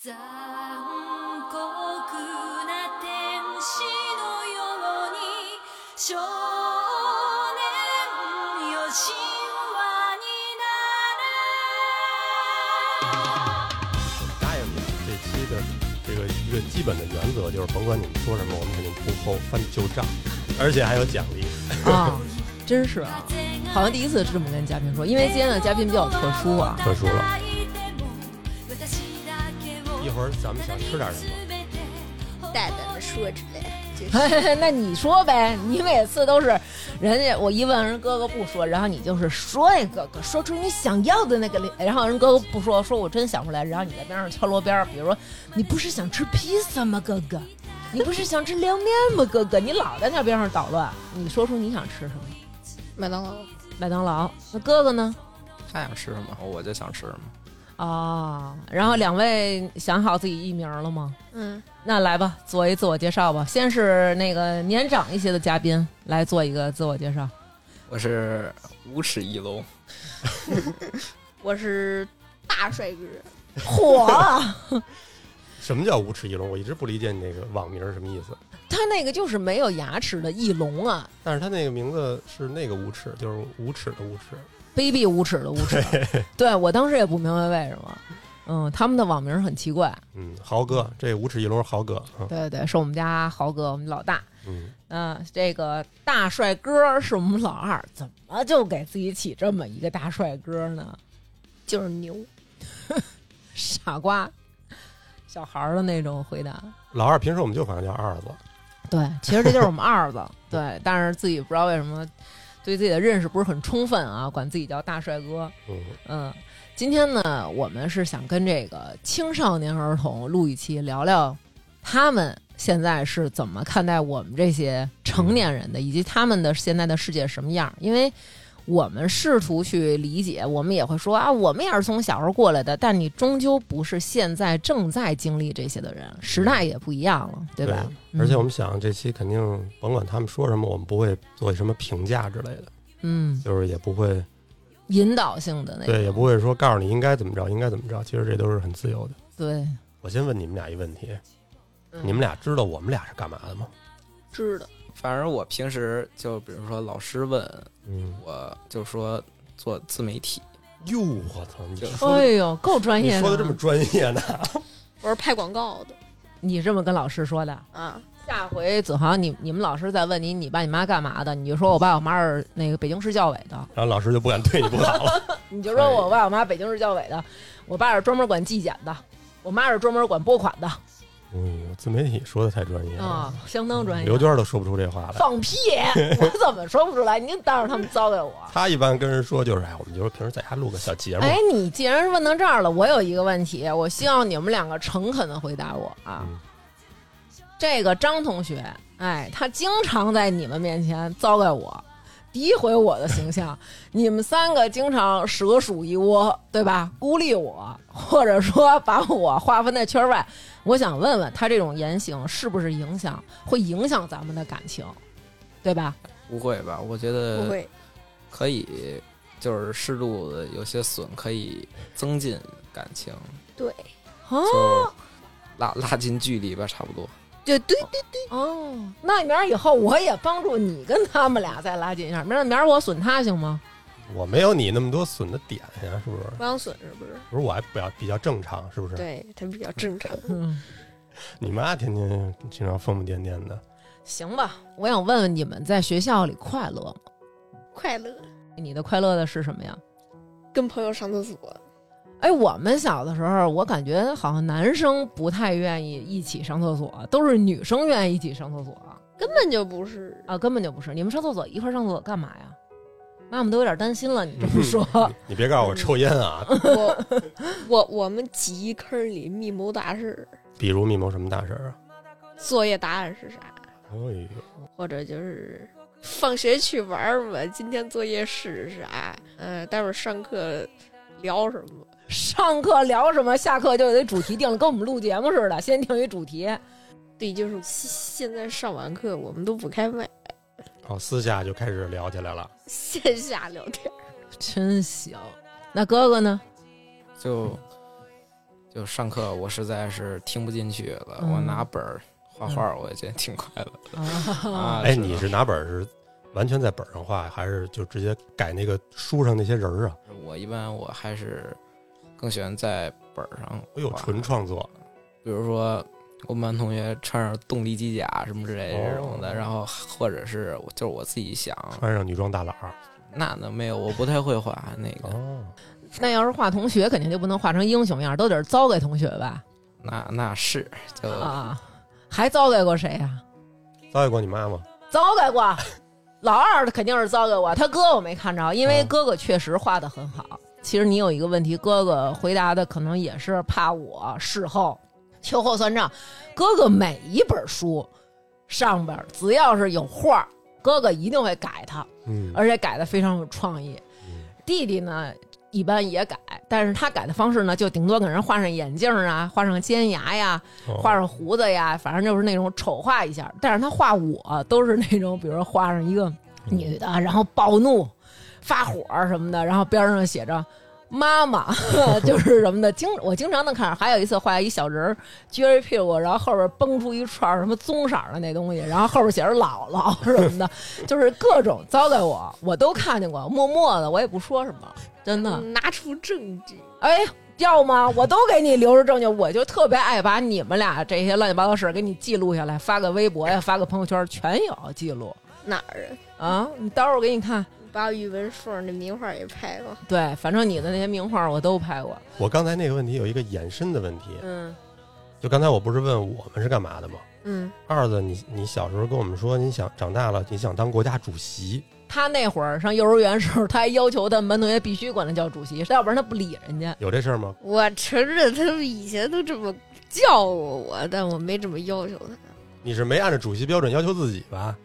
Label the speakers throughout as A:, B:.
A: 残酷な天使のように少年よ神話になれ
B: 答应你，这期的这个一个基本的原则就是，甭管你们说什么，我们肯定不扣翻旧账，而且还有奖励。
C: 啊，真是啊，好像第一次是这么跟嘉宾说，因为今天的嘉宾比较特殊啊，
B: 特殊了， 一会儿咱们想吃点什么？
D: 带咱们说之类，就是
C: 那你说呗，你每次都是人家我一问人哥哥不说，然后你就是说那哥哥说出你想要的那个理，然后人哥哥不说，说我真想不出来，然后你在边上敲锣边儿，比如说你不是想吃披萨吗，哥哥？你不是想吃凉面吗，哥哥？你老在那边上捣乱，你说出你想吃什么？
D: 麦当劳。
C: 麦当劳。那哥哥呢？
E: 他想吃什么，哦我就想吃什么。
C: 啊，然后两位想好自己艺名了吗？
D: 嗯，
C: 那来吧，做一自我介绍吧。先是那个年长一些的嘉宾来做一个自我介绍。
E: 我是无齿翼龙，
D: 我是大帅哥，
C: 火，
B: 什么叫无齿翼龙？我一直不理解你那个网名是什么意思。
C: 他那个就是没有牙齿的翼龙啊
B: 但是他那个名字是那个无齿，就是无齿的无齿。
C: 卑鄙无耻的无耻。对我当时也不明白为什么，嗯，他们的网名很奇怪。
B: 嗯，豪哥，这无齿翼龙是豪哥啊。
C: 对对，是我们家豪哥，我们老大。
B: 嗯，
C: 嗯、这个大帅哥是我们老二，怎么就给自己起这么一个大帅哥呢？
D: 就是牛。
C: 傻瓜，小孩儿的那种回答。
B: 老二平时我们就管他叫二子。
C: 对，其实这就是我们二子，对，但是自己不知道为什么对自己的认识不是很充分啊，管自己叫大帅哥。
B: 嗯，
C: 嗯，今天呢，我们是想跟这个青少年儿童录一期，聊聊他们现在是怎么看待我们这些成年人的，以及他们的现在的世界什么样儿。因为我们试图去理解，我们也会说啊，我们也是从小时候过来的，但你终究不是现在正在经历这些的人，时代也不一样了，对吧？嗯
B: 而且我们想这期肯定甭管他们说什么，我们不会做什么评价之类的，
C: 嗯，
B: 就是也不会
C: 引导性的那个，
B: 对，也不会说告诉你应该怎么着，应该怎么着。其实这都是很自由的。
C: 对，
B: 我先问你们俩一问题，
C: 嗯
B: 你们俩知道我们俩是干嘛的吗？
D: 知道，
E: 反正我平时就比如说老师问
B: 嗯，
E: 我，就说做自媒体，
B: 哟，我操，你
E: 就是
B: 说
C: 哎
B: 的
C: 呦，够专
B: 你
C: 业
B: 说的这么专业 呢？
D: 我是拍广告的
C: 你这么跟老师说的。
D: 啊。
C: 下回子豪，你你们老师再问你你爸你妈干嘛的，你就说我爸我妈是那个北京市教委的，
B: 然后老师就不敢对你不好了。
C: 你就说我爸我妈北京市教委的，我爸是专门管纪检的，我妈是专门管拨款的啊、
B: 嗯，自媒体说的太专业了，
C: 相当专业
B: 刘。娟都说不出这话来。
C: 放屁！ 我怎么说不出来？你当着他们糟给我。
B: 她一般跟人说就是，哎，我们就是平时在家录个小节目。
C: 哎，你既然问到这儿了，我有一个问题，我希望你们两个诚恳的回答我啊。
B: 嗯
C: 这个张同学，哎，他经常在你们面前糟改我，诋毁我的形象。 你们三个经常蛇鼠一窝，对吧？孤立我，或者说把我划分在圈外。我想问问他这种言行是不是影响，会影响咱们的感情，对吧？
E: 不会吧？我觉
C: 呃
D: 不
E: 得
D: 会，
E: 可以，就是适度的有些损可以增进感情，
D: 对，
C: 啊
E: 就拉拉近距离吧，差不多。
D: 对对
C: 哦，那明儿以后我也帮助你跟他们俩再拉近一下，明儿明儿我损他行吗？
B: 我没有你那么多损的点呀，是不是？
D: 不想损是不是？
B: 不是我还比较比较正常，是不是？
D: 对他比较 正常。
C: 嗯，
B: 你妈天天经常疯疯癫癫的，
C: 行吧。我想问问你们在学校里快乐吗？
D: 快乐，
C: 你的快乐的是什么呀？
D: 跟朋友上厕所，
C: 哎，我们小的时候，我感觉好像男生不太愿意一起上厕所，都是女生愿意一起上厕所
D: 根本就不是
C: 啊，根本就不是。你们上厕所一块儿上厕所干嘛呀？妈妈都有点担心了，你这么 说。
B: 你别
C: 嗯
B: 告诉我抽烟啊！
D: 我，我我们挤一坑里密谋大事，
B: 比如密谋什么大事儿啊？
D: 作业答案是啥，
B: 哎呦，
D: 或者就是。放学去玩儿吧，今天作业是啥？嗯、待会儿上课聊什么？
C: 上课聊什么，下课就得主题定了，跟我们录节目似的，先定一主题。
D: 对，就是现现在上完课我们都不开麦，
B: 哦，私下就开始聊起来了。
D: 线下聊天。
C: 真行。那哥哥呢？
E: 就就就上课我实在是听不进去了，
C: 嗯
E: 我拿本儿画画，我也觉得挺快乐的
C: 啊
E: 啊。
B: 哎，
E: 的
B: 你是拿本儿是完全在本儿上画，还是就直接改那个书上那些人儿啊？
E: 我一般我还是更喜欢在本儿上
B: 哎呦，
E: 画
B: 纯创作，
E: 比如说我们班同学穿上动力机甲什么之类这种的，
B: 哦
E: 然后或者是我就是我自己想，
C: 嗯
B: 穿上女装大喇儿。
E: 那那没有，我不太会画那个，
B: 哦，
C: 那要是画同学，肯定就不能画成英雄样，都得是糟给同学吧？
E: 那那是就
C: 啊，还糟给过谁呀、
B: 糟践过你妈吗？
C: 糟给过老二，肯定是糟给过。他哥我没看着，因为
B: 嗯
C: 哥哥确实画的很好。其实你有一个问题，哥哥回答的可能也是怕我事后秋后算账。哥哥每一本书上边儿只要是有画儿，哥哥一定会改它。
B: 嗯，
C: 而且改的非常有创意。弟弟呢，一般也改，但是他改的方式呢，就顶多给人画上眼镜啊，画上尖牙呀，
B: 哦
C: 画上胡子呀，反正就是那种丑化一下。但是他画我都是那种，比如说画上一个女的，然后暴怒、发火什么的，然后边上写着。妈妈 就是什么的，经我经常能看着。还有一次画一小人儿撅着屁股，然后后边蹦出一串儿什么棕色儿的那东西，然后后边写着姥姥什么的， 就是各种糟蹋我，我都看见过，默默的我也不说什么，真的。
D: 拿出证据，
C: 哎，要吗？我都给你留着证据，我就特别爱把你们俩这些乱七八糟事儿给你记录下来，发个微博呀，发个朋友圈，全有记录
D: 哪儿啊？
C: 啊。你到时候我给你看，
D: 你把宇文硕那名画也拍了，
C: 对，反正你的那些名画我都拍过。
B: 我刚才那个问题有一个延伸的问题，
C: 嗯
B: 就刚才我不是问我们是干嘛的吗？
D: 嗯，
B: 二子，你你小时候跟我们说你想长大了你想当国家主席，
C: 他那会儿上幼儿园的时候，他还要求他们班同学必须管他叫主席，要不然他不理人家。
B: 有这事儿吗？
D: 我承认他们以前都这么叫过我，但我没这么要求他。
B: 你是没按照主席标准要求自己吧？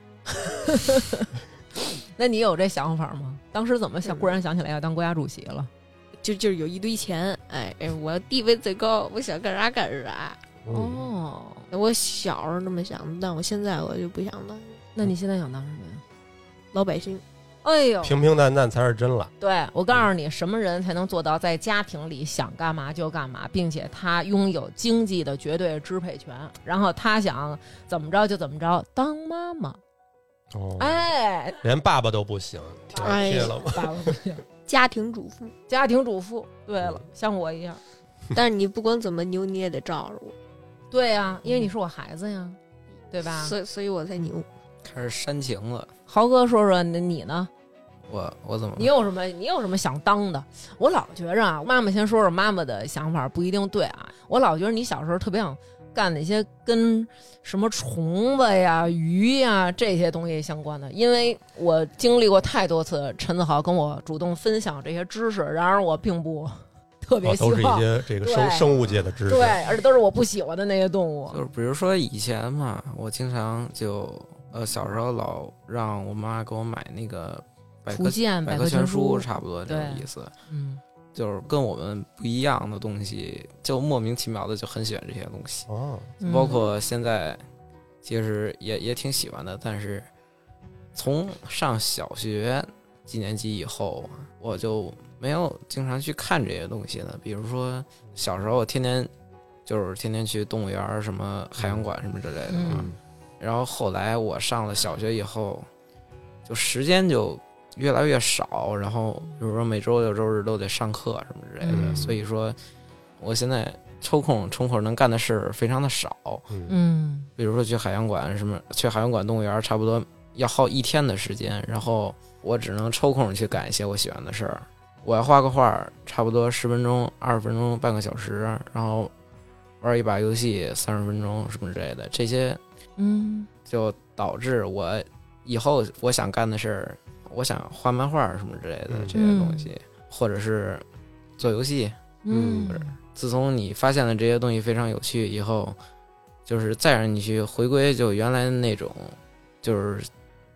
C: 那你有这想法吗？当时怎么想？
D: 嗯
C: 忽然想起来要当国家主席了？
D: 就就是有一堆钱，哎，哎我地位最高，我想干啥干啥。
B: 嗯，
C: 哦，
D: 我小时候那么想的，但我现在我就不想了。
C: 那你现在想当什么呀？
D: 老百姓，
C: 哎呦，
B: 平平淡淡才是真了。
C: 对我告诉你，什么人才能做到在家庭里想干嘛就干嘛，并且他拥有经济的绝对支配权，然后他想怎么着就怎么着，当妈妈，
B: 哦，
C: 哎，
B: 连爸爸都不行，贴
D: 哎
B: 贴了吧？
C: 爸爸不行，
D: 家庭 主妇。
C: 家庭主妇。对了，像我一样，
D: 但是你不管怎么牛，你也得罩着我，
C: 对呀、因为你是我孩子呀，对吧？
D: 所以所以我才牛。
E: 开始煽情了。
C: 豪哥说说你你呢？
E: 我我怎么
C: 你有什么？你有什么想当的？我老觉着啊，妈妈先说说妈妈的想法不一定对啊。我老觉着你小时候特别想干那些跟什么虫子呀、鱼呀这些东西相关的，因为我经历过太多次陈子豪跟我主动分享这些知识，然而我并不 特别
B: 哦，
C: 希
B: 都是一
C: 望。
B: 些这个生
C: 对
B: 生物界的知识。
C: 对，而且都是我不喜欢的那些动物。
E: 就是比如说以前嘛，我经常就呃小时候老让我妈给我买那个百科
C: 福建
E: 百
C: 科
E: 全
C: 书，
E: 差不多这种
C: 对
E: 意思，
C: 嗯，
E: 就是跟我们不一样的东西，就莫名其妙的就很喜欢这些东西，
B: 哦，
C: 嗯
E: 包括现在其实也也挺喜欢的，但是从上小学几年级以后，我就没有经常去看这些东西了。比如说小时候我天天就是天天去动物园儿、什么海洋馆什么之类的，
C: 嗯，
E: 然后后来我上了小学以后，就时间就越来越少，然后比如说每周六周日都得上课什么之类的，
C: 嗯
E: 所以说我现在抽空抽空能干的事儿非常的少，
B: 嗯，
C: 嗯
E: 比如说去海洋馆什么，去海洋馆动物园差不多要耗一天的时间，然后我只能抽空去干一些我喜欢的事儿。我要画个画，差不多十分钟、二十分钟、半个小时，然后玩一把游戏三十分钟什么之类的，这些
C: 嗯
E: 就导致我以后我想干的事儿，我想画漫画什么之类的
B: 嗯
E: 这些东西，或者是做游戏。
C: 嗯
E: 不是自从你发现了这些东西非常有趣以后，就是再让你去回归就原来那种，就是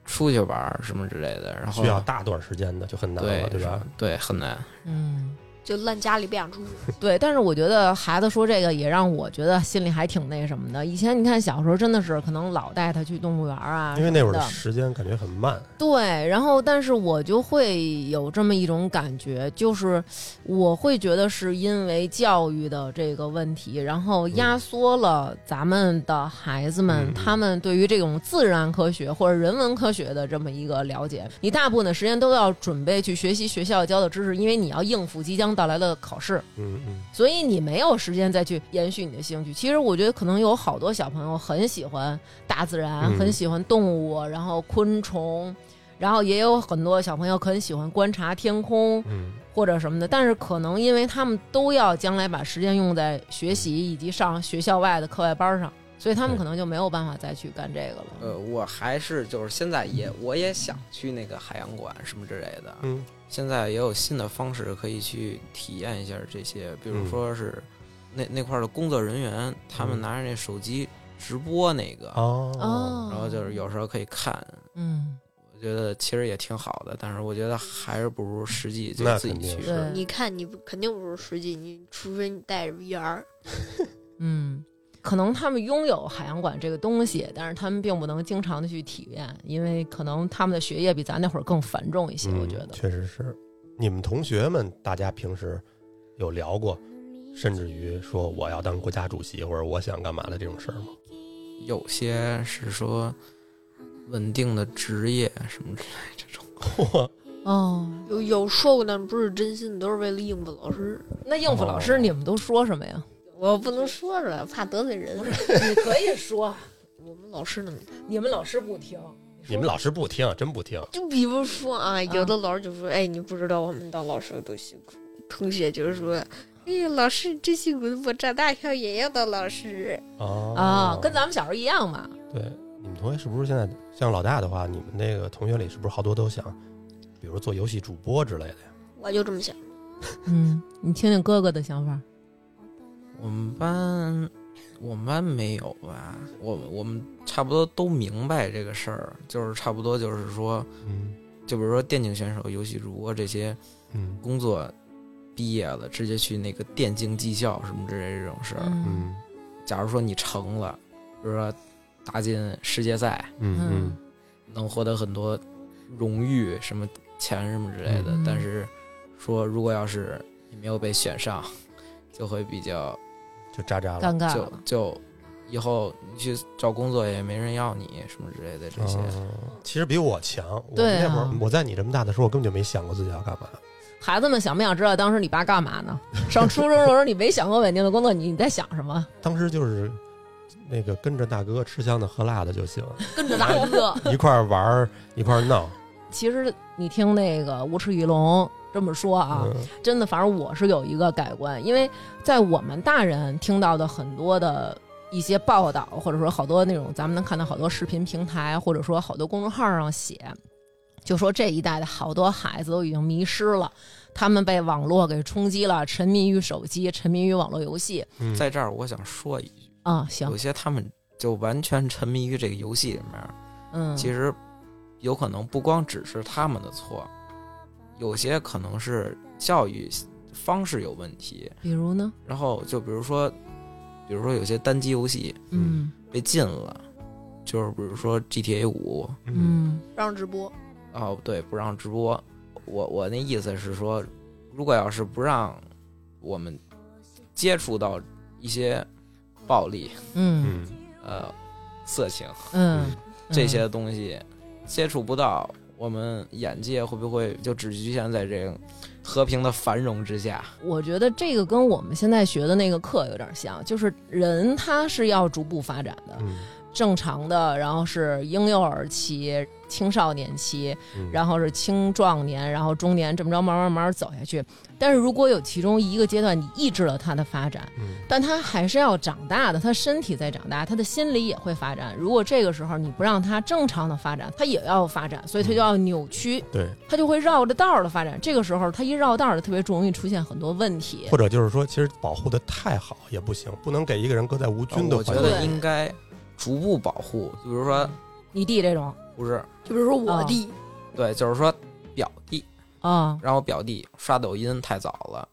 E: 出去玩儿什么之类的，然后
B: 需要大段时间的就很难
E: 对
B: 了，对吧？
E: 对很难。
C: 嗯，
F: 就烂家里不想住。
C: 对，但是我觉得孩子说这个也让我觉得心里还挺那什么的。以前你看小时候真的是可能老带他去动物园啊，
B: 因为那会儿的
C: 什么的
B: 时间感觉很慢，
C: 对，然后但是我就会有这么一种感觉，就是我会觉得是因为教育的这个问题，然后压缩了咱们的孩子们、
B: 嗯
C: 他们对于这种自然科学或者人文科学的这么一个了解。你大部分的时间都要准备去学习学校教的知识，因为你要应付即将到来的考试。
B: 嗯嗯，
C: 所以你没有时间再去延续你的兴趣。其实我觉得可能有好多小朋友很喜欢大自然，
B: 嗯
C: 很喜欢动物，然后昆虫，然后也有很多小朋友很喜欢观察天空
B: 嗯，
C: 或者什么的。但是可能因为他们都要将来把时间用在学习以及上学校外的课外班上，所以他们
B: 对
C: 可能就没有办法再去干这个了。
E: 呃，我还是就是现在也我也想去那个海洋馆什么之类的，
B: 嗯，
E: 现在也有新的方式可以去体验一下这些，比如
B: 嗯
E: 说是那那块儿的工作人员，他们
B: 嗯
E: 拿着那手机直播那个，
B: 哦，
C: 哦，
E: 然后就是有时候可以看，
C: 嗯，
E: 我觉得其实也挺好的，但是我觉得还是不如实际就
B: 那
E: 自己
B: 肯定
E: 去
B: 是。
C: 对，
F: 你看，你不肯定不是实际，你除非你带着 VR。
C: 嗯，可能他们拥有海洋馆这个东西，但是他们并不能经常的去体验，因为可能他们的学业比咱那会儿更繁重一些。我
B: 嗯
C: 觉得，
B: 确实是。你们同学们，大家平时有聊过，甚至于说我要当国家主席，或者我想干嘛的这种事儿吗？
E: 有些是说稳定的职业什么之类这种，
C: 哦，
F: 有有说过，但不是真心的，都是为了应付老师。
C: 那应付老
B: 哦
C: 师你们都说什么呀？
D: 我不能说出来，怕得罪人。
C: 你可以说，
F: 我们老师能
C: 你们老师不听。
B: 你们老师不听，真不听。
D: 就比如说啊，有的老师就说：“哎，你不知道我们当老师有多辛苦。”同学就是说：“哎呀，老师真辛苦，我长大以后也要当老师。
B: 哦
C: 啊、跟咱们小时候一样嘛。
B: 对你们同学是不是现在像老大的话，你们那个同学里是不是好多都想，比如做游戏主播之类的呀？”
F: 我就这么想。
C: 嗯，你听听哥哥的想法。
E: 我们班，我们班没有吧？我们我们差不多都明白这个事儿，就是差不多就是说，
B: 嗯
E: 就比如说电竞选手、游戏主播这些
B: 嗯
E: 工作，毕业了直接去那个电竞技校什么之类这种事儿。
C: 嗯
B: 嗯
E: 假如说你成了，比如说打进世界赛，
B: 嗯嗯，
E: 能获得很多荣誉、什么钱什么之类的，
C: 嗯
E: 但是说如果要是你没有被选上，就会比较
B: 就渣渣了。
C: 尴尬
E: 就
C: 了。
E: 就以后你去找工作也没人要你什么之类的这些。
B: 哦其实比我强。我
C: 对啊
B: 那会儿我在你这么大的时候，我根本就没想过自己要干嘛。
C: 孩子们想不想知道当时你爸干嘛呢？上初中的时候你没想过稳定的工作，你你在想什么？
B: 当时就是那个跟着大哥吃香的喝辣的就 行，
F: 跟着大哥，
B: 一块儿玩儿一块儿闹。
C: 其实你听那个无齿翼龙这么说啊，
B: 嗯
C: 真的，反正我是有一个改观，因为在我们大人听到的很多的一些报道，或者说好多那种咱们能看到好多视频平台，或者说好多公众号上写，就说这一代的好多孩子都已经迷失了，他们被网络给冲击了，沉迷于手机，沉迷于网络游戏
B: 嗯
E: 在这儿，我想说一句，
C: 啊、行
E: 有，些他们就完全沉迷于这个游戏里面，
C: 嗯，
E: 其实有可能不光只是他们的错，有些可能是教育方式有问题。
C: 比如呢，
E: 然后就比如说，比如说有些单机游戏
C: 嗯
E: 被禁了，就是比如说 GTA 五，
C: 嗯
F: 让直播，
E: 哦，对，不让直播。我我那意思是说，如果要是不让我们接触到一些暴力、
C: 嗯
B: 嗯
E: 呃色情
C: 嗯，
E: 这些东西，接触不到，我们眼界会不会就只局限在这个和平的繁荣之下？
C: 我觉得这个跟我们现在学的那个课有点像，就是人他是要逐步发展的，
B: 嗯
C: 正常的，然后是婴幼儿期、青少年期，
B: 嗯，
C: 然后是青壮年，然后中年，这么着慢慢慢慢走下去。但是如果有其中一个阶段你抑制了他的发展，
B: 嗯
C: 但他还是要长大的，他身体在长大，他的心理也会发展。如果这个时候你不让他正常的发展，他也要发展，所以他就要扭曲，
B: 对，
C: 他就会绕着道儿的发展。这个时候他一绕道儿的，特别容易出现很多问题。
B: 或者就是说，其实保护的太好也不行，不能给一个人搁在无菌的
E: 哦我觉
B: 环
E: 得
B: 境。
E: 应该逐步保护，比如说
C: 你弟这种
E: 不是
F: 就比如说我弟，
E: 对，就是说表弟，
C: 啊、
E: 然后表弟刷抖音太早了，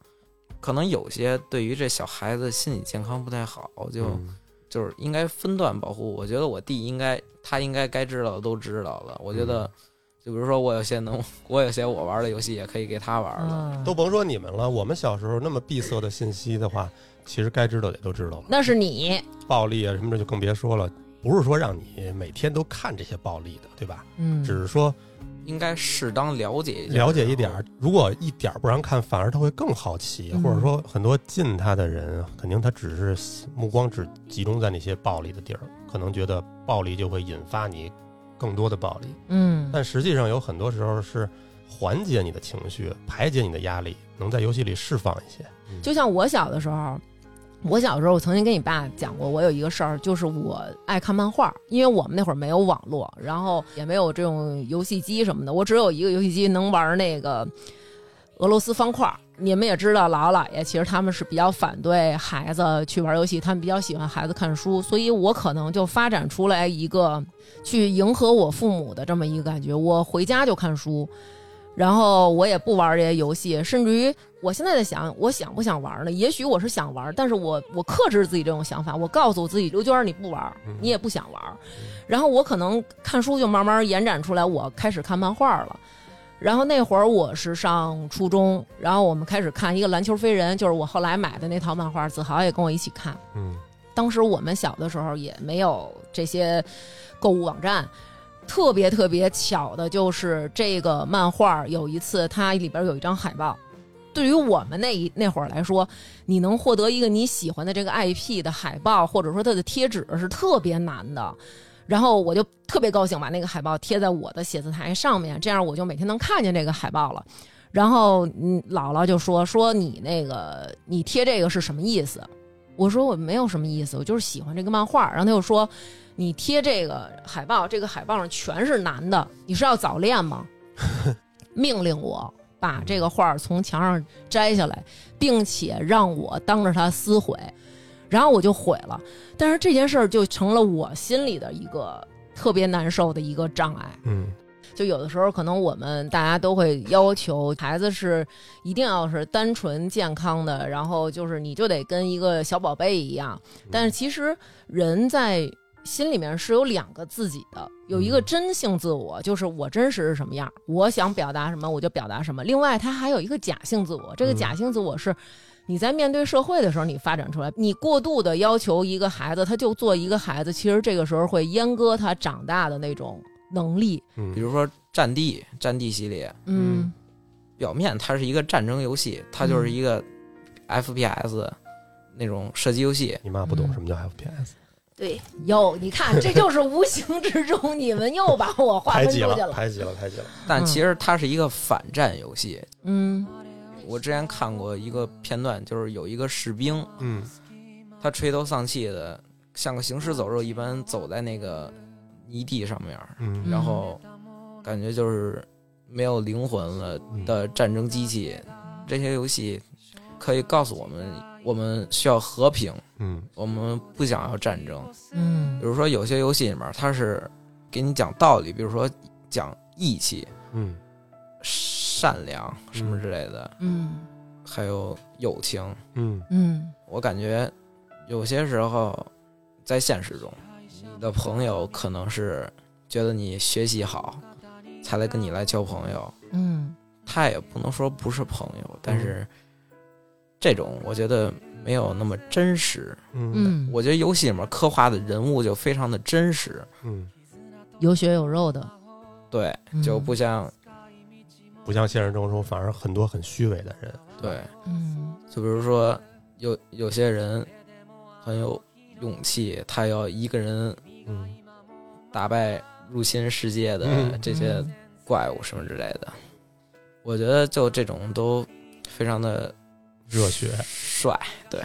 E: 可能有些对于这小孩子心理健康不太好，就、
B: 嗯
E: 就是应该分段保护。我觉得我弟应该，他应该该知道的都知道了。我觉得，就比如说我有些能， 我有些我玩的游戏也可以给他玩了。
C: 啊
B: 都甭说你们了，我们小时候那么闭塞的信息的话，其实该知道的也都知道了。
C: 那是你，
B: 暴力啊什么的就更别说了，不是说让你每天都看这些暴力的，对吧？
C: 嗯，
B: 只是说
E: 应该适当了解一下，啊
B: 了解一点儿，如果一点儿不让看，反而他会更好奇，
C: 嗯
B: 或者说很多近他的人，肯定他只是目光只集中在那些暴力的地儿，可能觉得暴力就会引发你更多的暴力，
C: 嗯，
B: 但实际上有很多时候是缓解你的情绪，排解你的压力，能在游戏里释放一些。嗯
C: 就像我小的时候，我小时候我曾经跟你爸讲过，我有一个事儿，就是我爱看漫画，因为我们那会儿没有网络，然后也没有这种游戏机什么的，我只有一个游戏机能玩那个俄罗斯方块儿。你们也知道，姥姥姥爷其实他们是比较反对孩子去玩游戏，他们比较喜欢孩子看书，所以我可能就发展出来一个去迎合我父母的这么一个感觉。我回家就看书，然后我也不玩这些游戏，甚至于我现在在想，我想不想玩呢？也许我是想玩，但是我我克制自己这种想法，我告诉我自己，刘娟儿你不玩，你也不想玩，然后我可能看书就慢慢延展出来，我开始看漫画了。然后那会儿我是上初中，然后我们开始看一个《篮球飞人》，就是我后来买的那套漫画，子豪也跟我一起看。
B: 嗯，
C: 当时我们小的时候也没有这些购物网站。特别特别巧的就是这个漫画，有一次它里边有一张海报。对于我们那一那会儿来说，你能获得一个你喜欢的这个 IP 的海报，或者说它的贴纸是特别难的。然后我就特别高兴，把那个海报贴在我的写字台上面，这样我就每天能看见这个海报了。然后，嗯，姥姥就说说你那个你贴这个是什么意思？我说我没有什么意思，我就是喜欢这个漫画。然后他又说，你贴这个海报，这个海报上全是男的，你是要早恋吗？ 命令我把这个画儿从墙上摘下来，并且让我当着他撕毁，然后我就毁了。但是这件事儿就成了我心里的一个特别难受的一个障碍。
B: 嗯，
C: 就有的时候，可能我们大家都会要求孩子是一定要是单纯健康的，然后就是你就得跟一个小宝贝一样。
B: 嗯
C: 但是其实人在心里面是有两个自己的，有一个真性自我，就是我真实是什么样，我想表达什么我就表达什么。另外，他还有一个假性自我，这个
B: 嗯
C: 假性自我是。你在面对社会的时候，你发展出来，你过度的要求一个孩子，他就做一个孩子，其实这个时候会阉割他长大的那种能力。
B: 嗯
E: 比如说《战地》《战地》系列，
C: 嗯，
E: 表面它是一个战争游戏，它就是一个 FPS 那种射击游戏。
B: 你妈不懂什
C: 嗯
B: 么叫 FPS，
F: 对，
C: 哟，你看，这就是无形之中你们又把我划
B: 排
C: 分
B: 挤
C: 出去
B: 了，
C: 了。
B: 排挤了，排挤了。
E: 但其实它是一个反战游戏。
C: 嗯
E: 我之前看过一个片段，就是有一个士兵，
B: 嗯
E: 他垂头丧气的，像个行尸走肉一般走在那个泥地上面，
B: 嗯
E: 然后感觉就是没有灵魂了
B: 嗯
E: 的战争机器。这些游戏可以告诉我们，我们需要和平，
B: 嗯
E: 我们不想要战争。
C: 嗯
E: 比如说有些游戏里面，它是给你讲道理，比如说讲义气、
B: 嗯
E: 善良什么之类的，
C: 嗯
E: 还有友情。
B: 嗯
C: 嗯
E: 我感觉有些时候在现实中，你的朋友可能是觉得你学习好，才来跟你来交朋友。
C: 嗯
E: 他也不能说不是朋友，
B: 嗯
E: 但是这种我觉得没有那么真实。
B: 嗯
C: 嗯，
E: 我觉得游戏里面刻画的人物就非常的真实，
B: 嗯，
C: 有血有肉的，嗯
E: 对，就不像
B: 不像现实中说，反而很多很虚伪的人。
E: 对，
C: 嗯
E: 就比如说有有些人很有勇气，他要一个人
B: 嗯
E: 打败入侵世界的
B: 嗯
E: 这些怪物什么之类的。我觉得就这种都非常的
B: 热血
E: 帅。
C: 嗯对，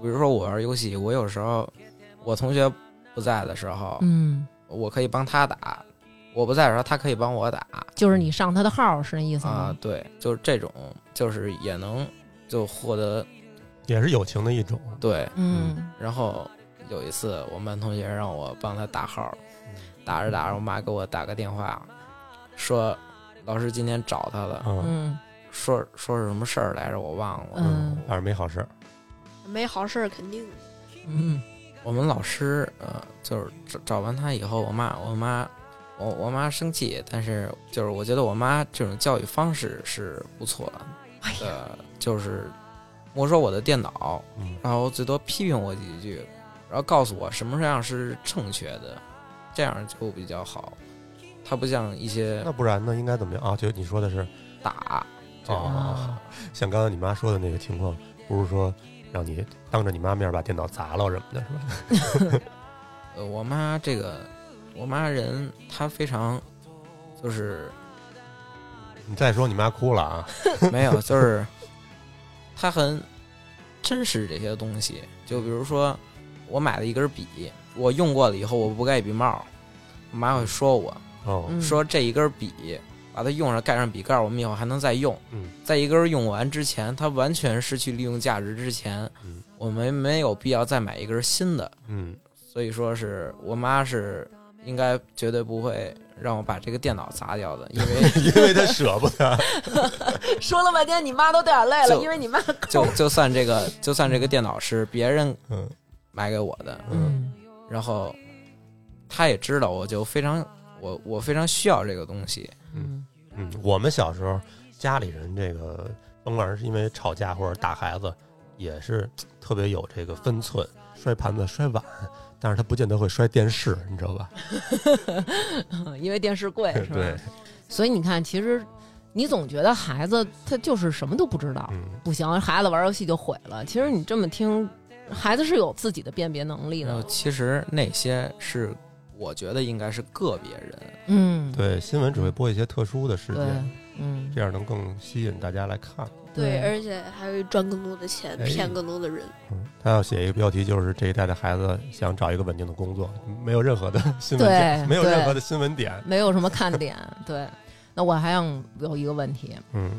E: 比如说我玩游戏，我有时候我同学不在的时候，
C: 嗯，
E: 我可以帮他打；我不在的时候，他可以帮我打。
C: 就是你上他的号是那意思
E: 啊
C: 吗，？
E: 对，就是这种，就是也能就获得
B: 也是友情的一种。
E: 对。
C: 嗯
E: 然后有一次，我们班同学让我帮他打号，
B: 嗯
E: 打着打着，我妈给我打个电话，说老师今天找他了，
B: 嗯
C: 嗯
E: 说说是什么事儿来着，我忘了。
C: 嗯
B: 反正没好事儿。
F: 没好事儿肯定
C: 嗯
E: 我们老师呃，就是找找完他以后，我妈我妈我我妈生气，但是就是我觉得我妈这种教育方式是不错的，
C: 哎
E: 呃，就是没收我的电脑，
B: 嗯
E: 然后最多批评我几句，然后告诉我什么样是正确的，这样就比较好。他不像一些
B: 那不然呢？应该怎么样啊？就你说的是
E: 打，这样
B: 哦，像刚才你妈说的那个情况，不是说让你当着你妈面把电脑砸了什么的，是吧？
E: 呃，我妈这个，我妈人她非常，就是
B: 你再说你妈哭了啊？
E: 没有，就是她很珍视这些东西。就比如说，我买了一根笔，我用过了以后，我不盖笔帽，我妈会说我
B: 哦，
C: 嗯
E: 说这一根笔，把它用上，盖上笔盖儿，我们以后还能再用。
B: 嗯，
E: 在一根用完之前，它完全失去利用价值之前
B: 嗯，
E: 我们没有必要再买一根新的。
B: 嗯，
E: 所以说是我妈是应该绝对不会让我把这个电脑砸掉的，因为
B: 嗯因为她舍不得。
C: 说了半天，你妈都掉眼泪了，
E: 就
C: 因为你妈
E: 就就算这个就算这个电脑是别人
B: 嗯
E: 买给我的，
C: 嗯
E: 然后她也知道我就非常我我非常需要这个东西，
C: 嗯
B: 嗯，我们小时候家里人这个，甭管是因为吵架或者打孩子，也是特别有这个分寸，摔盘子、摔碗，但是他不见得会摔电视，你知道吧？
C: 嗯，因为电视贵 是吧？
B: 对，
C: 所以你看，其实你总觉得孩子他就是什么都不知道，
B: 嗯，
C: 不行，孩子玩游戏就毁了。其实你这么听，孩子是有自己的辨别能力
E: 然后
C: 的。
E: 其实那些是我觉得应该是个别人，
C: 嗯，
B: 对，新闻只会播一些特殊的事
C: 对
B: 件，，
C: 嗯，
B: 这样能更吸引大家来看。
F: 对，而且还会赚更多的钱，
B: 哎
F: 骗更多的人。
B: 嗯，他要写一个标题，就是这一代的孩子想找一个稳定的工作，没有任何的新闻点，
C: 对
B: 没有任
C: 对
B: 何的新闻点。
C: 没有什么看点。对，那我还想有一个问题，
B: 嗯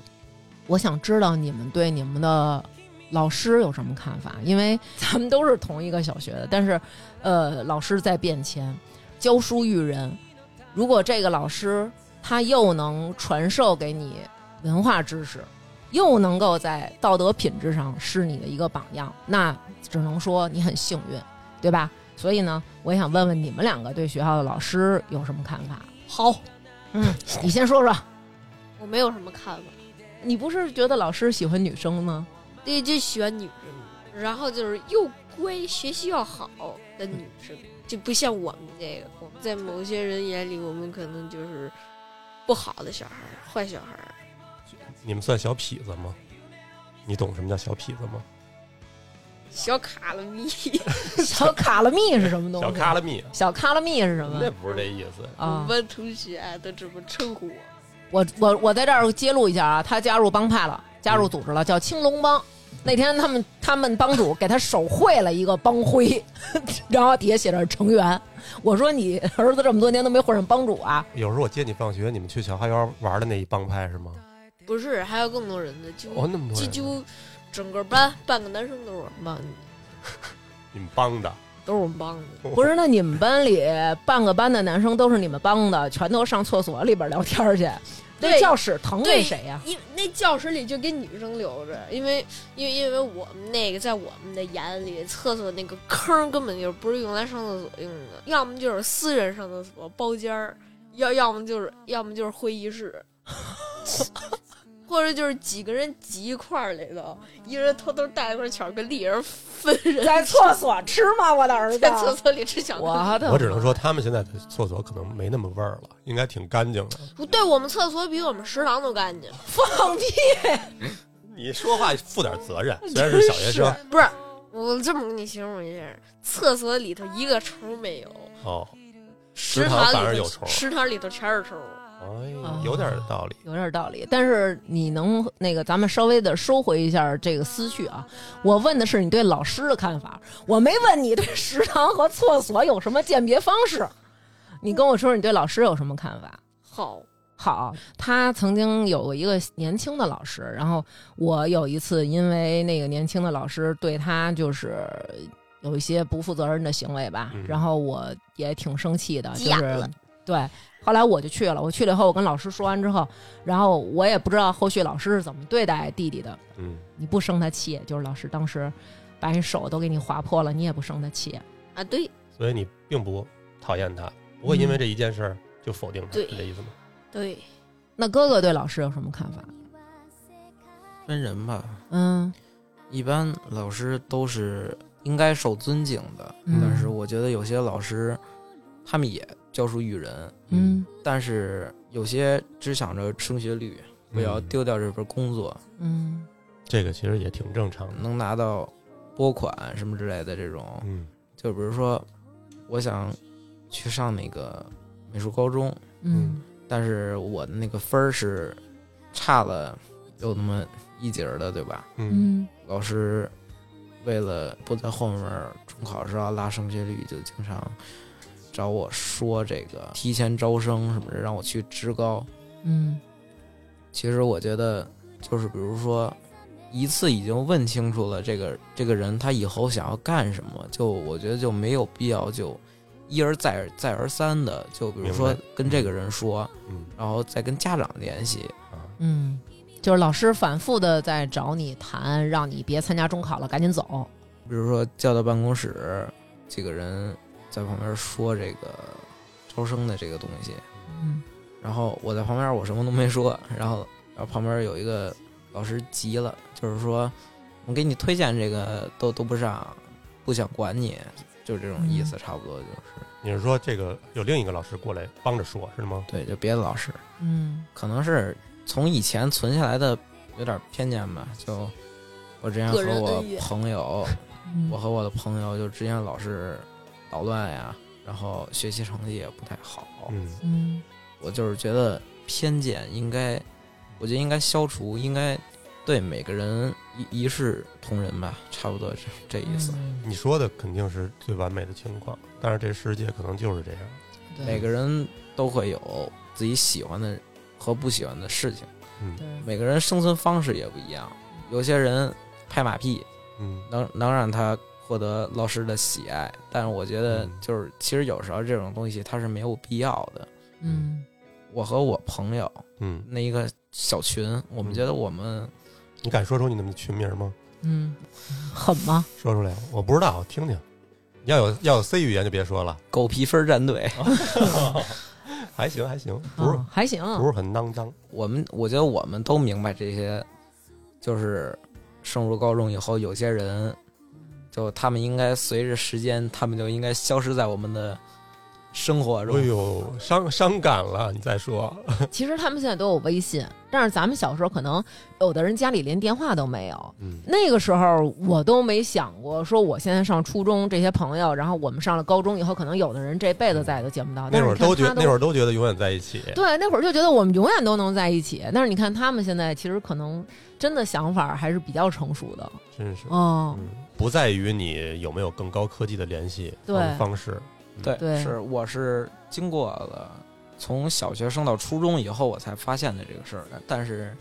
C: 我想知道你们对你们的老师有什么看法？因为 咱们都是同一个小学的，但是呃，老师在变迁，教书育人。如果这个老师他又能传授给你文化知识，又能够在道德品质上是你的一个榜样，那只能说你很幸运，对吧？所以呢，我也想问问你们两个对学校的老师有什么看法？好，嗯，你先说说，
F: 我没有什么看法，
C: 你不是觉得老师喜欢女生吗？
F: 对，就喜欢女生，然后就是又乖，学习又好的女生，就不像我们这个。我们在某些人眼里，我们可能就是不好的小孩儿、坏小孩儿。
B: 你们算小痞子吗？你懂什么叫小痞子吗？
F: 小卡了咪，
C: 小卡拉蜜是什么东西？
B: 小卡拉蜜，
C: 小卡拉蜜是什么
B: 那不是这意思。
F: 我
C: 啊？
F: 们同学都这么称呼我。
C: 我我我在这儿揭露一下啊，他加入帮派了，加入组织
B: 嗯
C: 了，叫青龙帮。那天他们他们帮主给他手绘了一个帮徽， 然后底下写着成员。我说你儿子这么多年都没混上帮主啊？
B: 有时候我接你放学，你们去小花园玩的那一帮派是吗？
F: 不是，还有更多人的，就、
B: 哦，那么多
F: 就
B: 人，嗯
F: 就整个班半个男生都是我们班的，
B: 你们帮的，
F: 都是我们帮的。
C: 不是，那你们班里半个班的男生都是你们帮的，全都上厕所里边聊天去。那
F: 对
C: 教室腾给
F: 对
C: 谁呀、
F: 因那教室里就给女生留着，因为因为因为我们那个在我们的眼里，厕所那个坑根本就不是用来上厕所用的，要么就是私人上厕所包间儿，要要么就是要么就是会 议室，或者就是几个人挤一块儿里头，一人偷偷带一块巧克力，而分人
C: 在厕所吃吗？我的儿子
F: 在厕所里吃巧克力。
C: 我的
B: 我只能
C: 妈
B: 说他们现在的厕所可能没那么味儿了，应该挺干净的。
F: 不对，我们厕所比我们食堂都干净。
C: 放屁！
B: 你说话负点责任，虽然是小学生
F: 不是，我这么给你形容一下，厕所里头一个虫没有。
B: 哦，
F: 食
B: 堂
F: 里
B: 反而
F: 头
B: 有虫
F: 食堂里头全是虫。
B: 哎，有点道理。
C: 有点道理，但是你能那个，咱们稍微的收回一下这个思绪啊。我问的是你对老师的看法，我没问你对食堂和厕所有什么鉴别方式。你跟我说你对老师有什么看法？
F: 好，
C: 好，他曾经有一个年轻的老师，然后我有一次因为那个年轻的老师对他就是有一些不负责任的行为吧，
B: 嗯
C: 然后我也挺生气的，
F: 急
C: 就
F: 眼
C: 是
F: 了
C: 对，后来我就去了，我去了以后，我跟老师说完之后，然后我也不知道后续老师是怎么对待弟弟的。
B: 嗯，
C: 你不生他气，就是老师当时把你手都给你划破了，你也不生他气。
D: 啊，对
B: 所以你并不讨厌他，不会因为这一件事儿就否定他，
D: 对
B: 是这意思吗？
D: 对，
C: 那哥哥对老师有什么看法？
E: 分人吧，
C: 嗯
E: 一般老师都是应该受尊敬的，
C: 嗯
E: 但是我觉得有些老师他们也教书育人，
C: 嗯
E: 但是有些只想着升学率，不要
B: 嗯
E: 丢掉这份工作，
C: 嗯
B: 这个其实也挺正常的。
E: 能拿到拨款什么之类的这种。
B: 嗯
E: 就比如说，我想去上那个美术高中，
C: 嗯
E: 但是我的那个分儿是差了有那么一截儿的，对吧？
B: 嗯
C: 嗯
E: 老师为了不在后面中考时候拉升学率，就经常找我说这个提前招生什么的，让我去职高。
C: 嗯
E: 其实我觉得，就是比如说一次已经问清楚了这个这个人他以后想要干什么，就我觉得就没有必要就一而再而再而三的，就比如说
B: 明白
E: 跟这个人说，
B: 嗯
E: 然后再跟家长联系。
B: 啊，
C: 嗯，就是老师反复的在找你谈，让你别参加中考了，赶紧走。
E: 比如说叫到办公室，几个人在旁边说这个招生的这个东西，
C: 嗯
E: 然后我在旁边我什么都没说， 然后然后旁边有一个老师急了，就是说我给你推荐这个都都不上，不想管你，就是这种意思，差不多就是
B: 你是说这个有另一个老师过来帮着说，是吗？
E: 对，就别的老师
C: 嗯
E: 可能是从以前存下来的有点偏见吧，就我之前和
D: 个 人
E: 我
D: 恩怨
E: 朋友。
C: 嗯
E: 我和我的朋友就之前老是捣乱呀，然后学习成绩也不太好。
B: 嗯
C: 嗯
E: 我就是觉得偏见应该，我觉得应该消除，应该对每个人一一视同仁吧，差不多这这意
C: 嗯
E: 思。
B: 你说的肯定是最完美的情况，但是这世界可能就是这样。
C: 对
E: 每个人都会有自己喜欢的和不喜欢的事情，
B: 嗯
C: 对
E: 每个人生存方式也不一样。有些人拍马屁
B: 嗯，
E: 能能让他获得老师的喜爱，但是我觉得
B: 嗯
E: 就是其实有时候这种东西它是没有必要的。
C: 嗯
E: 我和我朋友
B: 嗯，
E: 那一个小群，我们觉得我们
B: 你敢说出你们的群名吗？
C: 嗯狠吗？
B: 说出来，我不知道，我听听。要有要有 C 语言就别说了，
E: 狗皮分战队，
B: 还行还行，不是
C: 啊还行，
B: 不是很肮脏。
E: 我们我觉得我们都明白这些，就是升入高中以后，有些人就他们应该随着时间，他们就应该消失在我们的生活
B: 哎
C: 嗯
E: 中。
B: 呦，伤伤感了，你再说，
C: 其实他们现在都有微信，但是咱们小时候可能有的人家里连电话都没有。
B: 嗯
C: 那个时候我都没想过，说我现在上初中这些朋友，然后我们上了高中以后，可能有的人这
E: 嗯
C: 辈子再也都见不到。
B: 那会儿
C: 但是
B: 都
C: 你
B: 觉
C: 看他
B: 那会儿都觉得永远在一起。
C: 对那会儿就觉得我们永远都能在一起。但是你看他们现在其实可能真的想法还是比较成熟的。
B: 真是，
C: 哦，
B: 嗯，不在于你有没有更高科技的联系
C: 对
B: 方方式，嗯
E: 对，
C: 对
E: 是我是经过了从小学升到初中以后，我才发现的这个事儿的。但是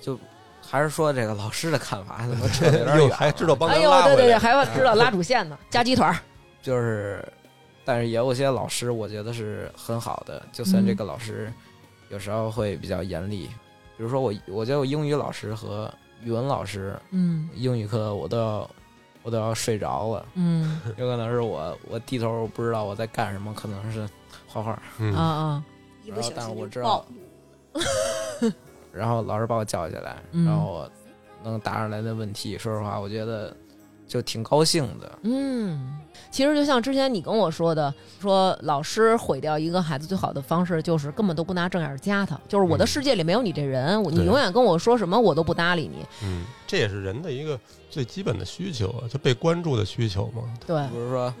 E: 就还是说这个老师的看法，怎么扯得有点
B: 又
E: 远啊
B: 还
E: 了
B: 知道帮
C: 哎
B: 咱
C: 呦，
B: 拉
C: 对对
B: 回
C: 对，
B: 来。嗯
C: 还要知道拉主线呢，夹鸡腿儿。
E: 就是，但是也有些老师我觉得是很好的，就算这个老师有时候会比较严厉，比如说我，我觉得我英语老师和语文老师，
C: 嗯
E: 英语课我都要 我都要睡着了，
C: 嗯
E: 有可能是我我低头不知道我在干什么，可能是画画，
B: 嗯
C: 啊啊
D: 一不小
E: 但是我
D: 心
E: 知
D: 就
E: 道
D: 爆，
E: 然后老师把我叫起来，
C: 嗯
E: 然后我能答上来的问题，说实话，我觉得就挺高兴的。
C: 嗯，其实就像之前你跟我说的，说老师毁掉一个孩子最好的方式就是根本都不拿正眼夹他，就是我的
B: 嗯
C: 世界里没有你这人，我
B: 对
C: 你永远跟我说什么我都不搭理你。
B: 嗯，这也是人的一个最基本的需求啊，就被关注的需求嘛。
C: 对，
E: 比如说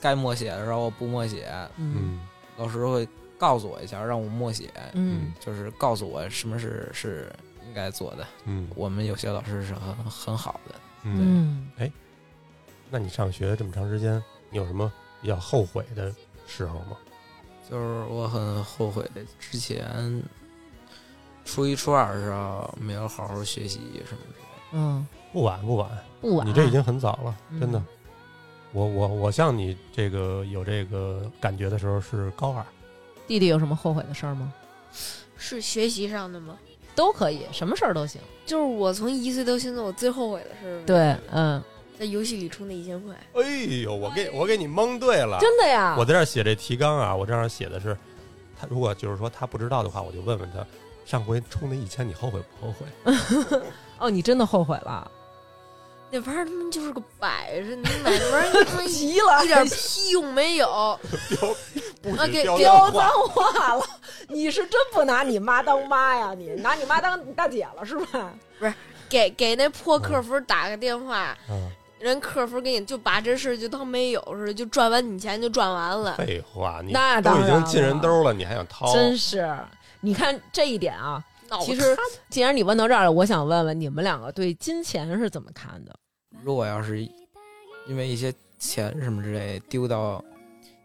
E: 该默写的时候我不默写，
C: 嗯
E: 老师会告诉我一下，让我默写，
C: 嗯
E: 就是告诉我什么是是应该做的。
B: 嗯
E: 我们有些老师是很很好的，
B: 嗯，
C: 嗯，
B: 那你上学这么长时间，你有什么比较后悔的时候吗？
E: 就是我很后悔之前初一初二的时候没有好好学习什么之类的。
C: 嗯，
B: 不晚不晚，
C: 不晚，
B: 你这已经很早了，
C: 嗯
B: 真的。我我我像你这个有这个感觉的时候是高二，
C: 弟弟有什么后悔的事儿吗？
D: 是学习上的吗？
C: 都可以，什么事儿都行。
D: 就是我从一岁到现在，我最后悔的是
C: 对，嗯，
D: 在游戏里充那一千块。
B: 哎呦，我给我给你蒙对了，
C: 真的啊呀
B: 我。在这儿写这提纲啊，我这儿写的是，他如果就是说他不知道的话，我就问问他，上回充那一千，你后悔不后悔？
C: 哦，你真的后悔了，
D: 那玩意儿他妈就是个摆设，你 买那玩意儿他妈一
C: 急了，哎
D: 一点屁用没有。
B: 不
D: 啊
B: 许
D: 给
B: 标
C: 飙
B: 脏
C: 脏
B: 话，
C: 话了。你是真不拿你妈当妈呀？你拿你妈当你大姐了是吧？
D: 给给那破客服打个电话，
B: 嗯，
D: 人客服给你就把这事儿就当没有似的，就赚完你钱就赚完了。
B: 废话，你
C: 那
B: 都
C: 当
B: 已经
C: 然
B: 进人兜了，你还想掏？
C: 哦真是，你看这一点啊。
D: 脑
C: 其实，既然你问到这儿了，我想问问你们两个对金钱是怎么看的？
E: 如果要是因为一些钱什么之类丢到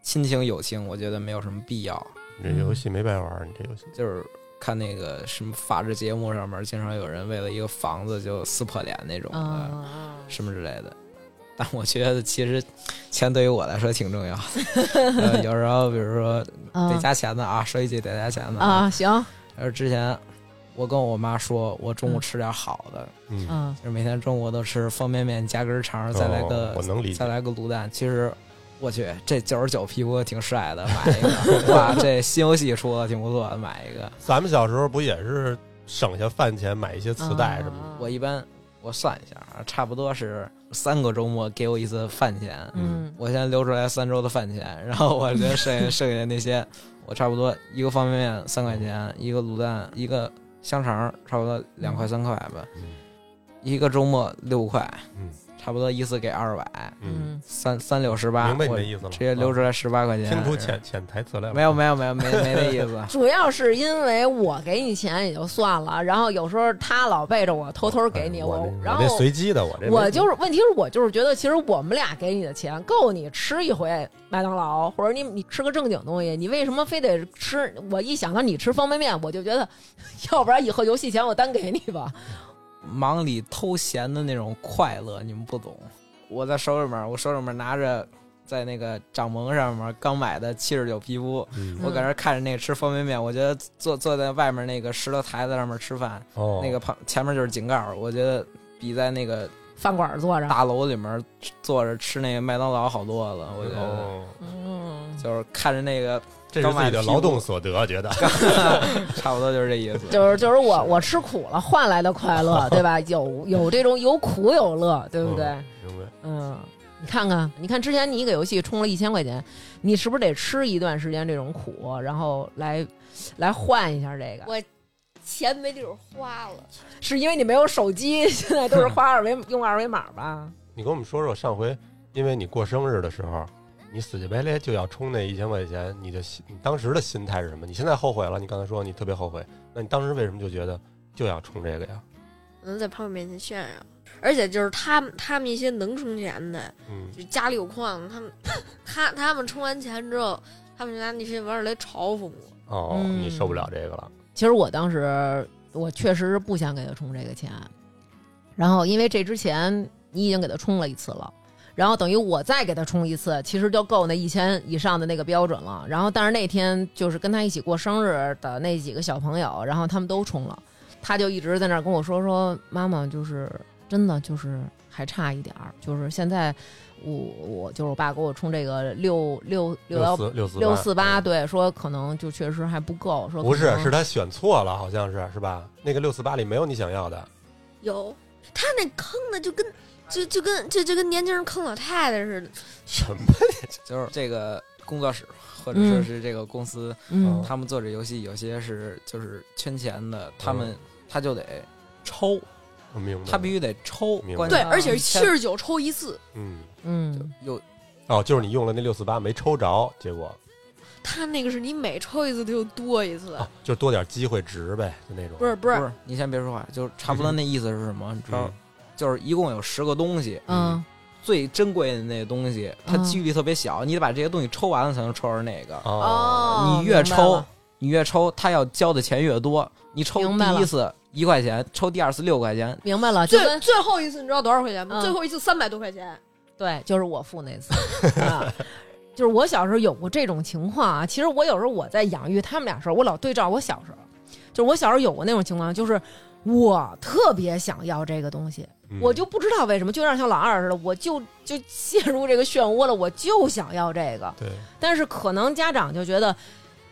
E: 亲情友情，我觉得没有什么必要。
B: 你这游戏没白玩儿，你这游戏
E: 就是看那个什么法制节目上面，经常有人为了一个房子就撕破脸那种的，
C: 啊，
E: 什么之类的。但我觉得其实钱对于我来说挺重要的，呃有时候比如说得
C: 啊
E: 加钱的啊，说一句得加钱的。
C: 啊，行，
E: 还有之前我跟我妈说，我中午吃点好的，
B: 嗯，
C: 嗯
E: 就是每天中午都吃方便面加根肠，再来个、
B: 哦我能理
E: 再
B: 解，
E: 来个卤蛋。其实我去，这九十九皮肤挺帅的，买一个。哇，这新游戏出的挺不错的，买一个。
B: 咱们小时候不也是省下饭钱买一些磁带什么的？
C: 啊
E: 我一般我算一下啊，差不多是三个周末给我一次饭钱，
C: 嗯
E: 我先留出来三周的饭钱，然后我就剩剩下那些，我差不多一个方便面三块钱，一个卤蛋，一个香肠，差不多两块三块吧，
B: 嗯
E: 一个周末六块，
B: 嗯
E: 差不多一次给二百，
B: 嗯，
C: 嗯。
E: 三三六十八，
B: 明白你
E: 我
B: 的意思了，嗯啊
E: 直接留出来十八块钱，
B: 听出潜潜台词来了，
E: 没有没有没有没 没那意思
C: 主要是因为我给你钱也就算了，然后有时候他老背着我偷偷给你，
B: 哎我这
C: 然
B: 我这
C: 后
B: 随机的，我这没
C: 我就是问题是我就是觉得，其实我们俩给你的钱够你吃一回麦当劳，或者你你吃个正经东西，你为什么非得吃？我一想到你吃方便面，我就觉得，要不然以后游戏钱我单给你吧。
E: 忙里偷闲的那种快乐，你们不懂。我在手里面，我手里面拿着在那个掌盟上面刚买的七十九皮肤，
B: 嗯
E: 我搁那看着那个吃方便面，我觉得坐坐在外面那个石头台子上面吃饭，
B: 哦
E: 那个旁前面就是井盖，我觉得比在那个
C: 饭馆儿
B: 啊
C: 坐着，
E: 大楼里面坐着吃那个麦当劳好多了。我觉得
B: 哦，
C: 嗯，
E: 就是看着 那个，
B: 这是自己的劳动所得，觉得
E: 差不多就是这意思。
C: 就是就是我我吃苦了换来的快乐，对吧？有有这种有苦有乐，对不对？
B: 明白？
C: 嗯，你看看，你看之前你给游戏充了一千块钱，你是不是得吃一段时间这种苦，然后来来换一下这个？
D: 我钱没地儿花了，
C: 是因为你没有手机， 现在都是花二维用二维码吧？
B: 你跟我们说说上回，因为你过生日的时候，你死乞白赖就要充那一千块钱，你的心，你当时的心态是什么？你现在后悔了？你刚才说你特别后悔，那你当时为什么就觉得就要充这个呀？
D: 能在朋友面前炫耀。而且就是他们他们一些能充钱的，
B: 嗯，
D: 就家里有矿，他们他他们充完钱之后，他们就拿那些玩意儿来嘲讽我。
B: 哦，
C: 嗯
B: 你受不了这个了，
C: 其实我当时我确实是不想给他充这个钱，然后因为这之前你已经给他充了一次了。然后等于我再给他充一次，其实就够那一千以上的那个标准了。然后但是那天就是跟他一起过生日的那几个小朋友，然后他们都充了，他就一直在那儿跟我说说妈妈就是真的就是还差一点儿，就是现在我我就是我爸给我充这个六六六幺
B: 四六四
C: 六四八，
B: 嗯
C: 对，说可能就确实还不够，说
B: 不
C: 可
B: 是，
C: 能
B: 是他选错了，好像是是吧？那个六四八里没有你想要的，
D: 有他那坑的就跟就就跟就就跟年轻人坑老太太似的，
B: 什么？
E: 就是这个工作室或
D: 嗯
E: 者说是这个公司。
B: 哦
C: 嗯
E: 他们做这游戏有些是就是圈钱的，他们他就得抽，
B: 我哦明白了？
E: 他必须得抽
B: 明白。
E: 关
D: 对，
E: 键
D: 而且是七
E: 签
D: 十九抽一次，
B: 嗯，
C: 嗯
E: 有
B: 哦，就是你用了那六四八没抽着，结果
D: 他那个是你每抽一次他就多一次，
B: 啊，就多点机会值呗，就那种。
D: 不是不
E: 不
D: 是，
E: 是你先别说话，就是差
C: 嗯
E: 不多那意思是什么？你知道
B: 嗯，，
E: 就是一共有十个东西，
C: 嗯
E: 最珍贵的那东西，它
C: 嗯
E: 几率特别小，你得把这些东西抽完了才能抽着那个。
B: 哦，
E: 你越
C: 明白
E: 抽
C: 了，
E: 你越抽，他要交的钱越多。你抽
C: 明白
E: 第
C: 了
E: 一次一块钱，抽第二次六块钱，
C: 明白了，就
D: 最
C: 跟
D: 最后一次你知道多少块钱
C: 嗯
D: 吗？最后一次三百多块钱，
C: 对，就是我付那次，啊就是我小时候有过这种情况啊。其实我有时候我在养育他们俩时候，我老对照我小时候，就是我小时候有过那种情况，就是我特别想要这个东西，
B: 嗯
C: 我就不知道为什么，就像像老二似的，我就就陷入这个漩涡了，我就想要这个。
B: 对，
C: 但是可能家长就觉得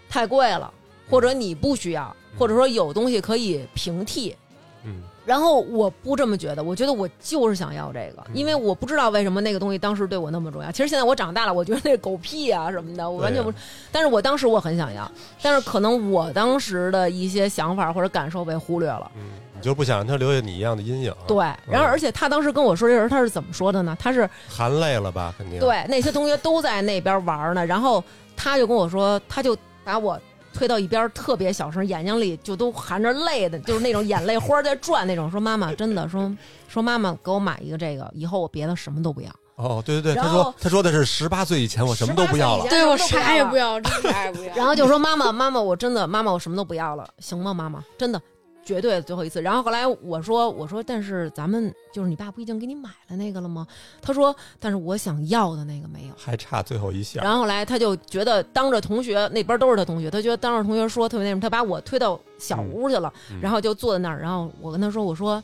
C: 太贵了，或者你不需要，
B: 嗯
C: 或者说有东西可以平替。
B: 嗯
C: 然后我不这么觉得，我觉得我就是想要这个，
B: 嗯
C: 因为我不知道为什么那个东西当时对我那么重要。其实现在我长大了，我觉得那狗屁啊什么的，我完全不。但是我当时我很想要，但是可能我当时的一些想法或者感受被忽略了。
B: 嗯，你就不想让他留下你一样的阴影，
C: 对，，然后而且他当时跟我说这人他是怎么说的呢？他是
B: 含泪了吧，肯定，，
C: 对，那些同学都在那边玩呢，然后他就跟我说，他就把我推到一边儿，特别小声，眼睛里就都含着泪的，就是那种眼泪花儿在转那种，说妈妈真的说说妈妈给我买一个这个，以后我别的什么都不要，
B: 哦，对对对，
C: 然
B: 他
C: 后
B: 说他说的是十八岁以前我什么都不要了
C: 18岁以，前
D: 对我
C: 什么都
D: 啥也
C: 不
D: 不
C: 要了。
D: 要，真 啥也不要。
C: 然后就说妈妈，妈妈，我真的，妈妈，我什么都不要了，行吗？妈妈，真的，绝对最后一次。然后后来我说，我说，但是咱们就是你爸不已经给你买了那个了吗？他说，但是我想要的那个没有。
B: 还差最后一下，
C: 然后后来他就觉得当着同学那边都是他同学，他觉得当着同学说特别那什么，他把我推到小屋去了，
B: 嗯
C: 然后就坐在那儿，然后我跟他说，我说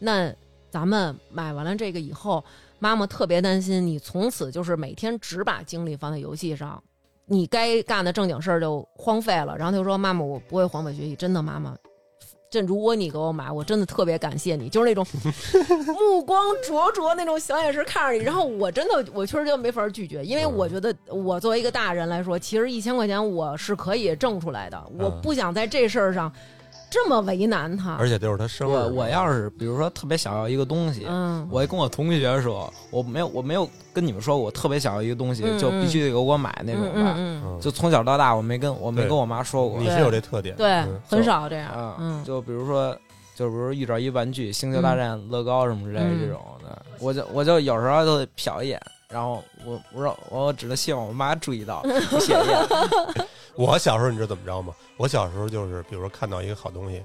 C: 那咱们买完了这个以后，妈妈特别担心你从此就是每天只把精力放在游戏上。你该干的正经事儿就荒废了，然后他就说：“妈妈，我不会荒废学习，真的，妈妈，这如果你给我买，我真的特别感谢你，就是那种目光灼灼那种小眼神看着你，然后我真的我确实就没法拒绝，因为
B: 嗯
C: 我觉得我作为一个大人来说，其实一千块钱我是可以挣出来的，我
B: 嗯
C: 不想在这事儿上这么为难他
B: 而。且就是他生日，
E: 我我要是比如说特别想要一个东西，
C: 嗯，
E: 我还跟我同学说，我没有我没有跟你们说过我特别想要一个东西，
C: 嗯
E: 就必须得给我买那种
C: 嗯
E: 吧。
C: 嗯嗯，
B: 嗯
E: 就从小到大我没跟我没
B: 对
E: 跟我妈说过
B: 你是有这特点，
C: 对
B: 嗯，
C: 很少这样
E: 啊，，
C: 嗯，
E: 就比如说。就比如遇着一玩具，星球大战、乐高什么之类
C: 嗯
E: 这种的，我就我就有时候就瞟一眼，然后我我说我只能希望我妈注 意到，不显眼。
B: 我小时候你知道怎么着吗？我小时候就是，比如说看到一个好东西，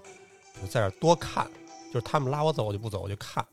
B: 我在这儿多看，就是他们拉我走，我就不走，我就看，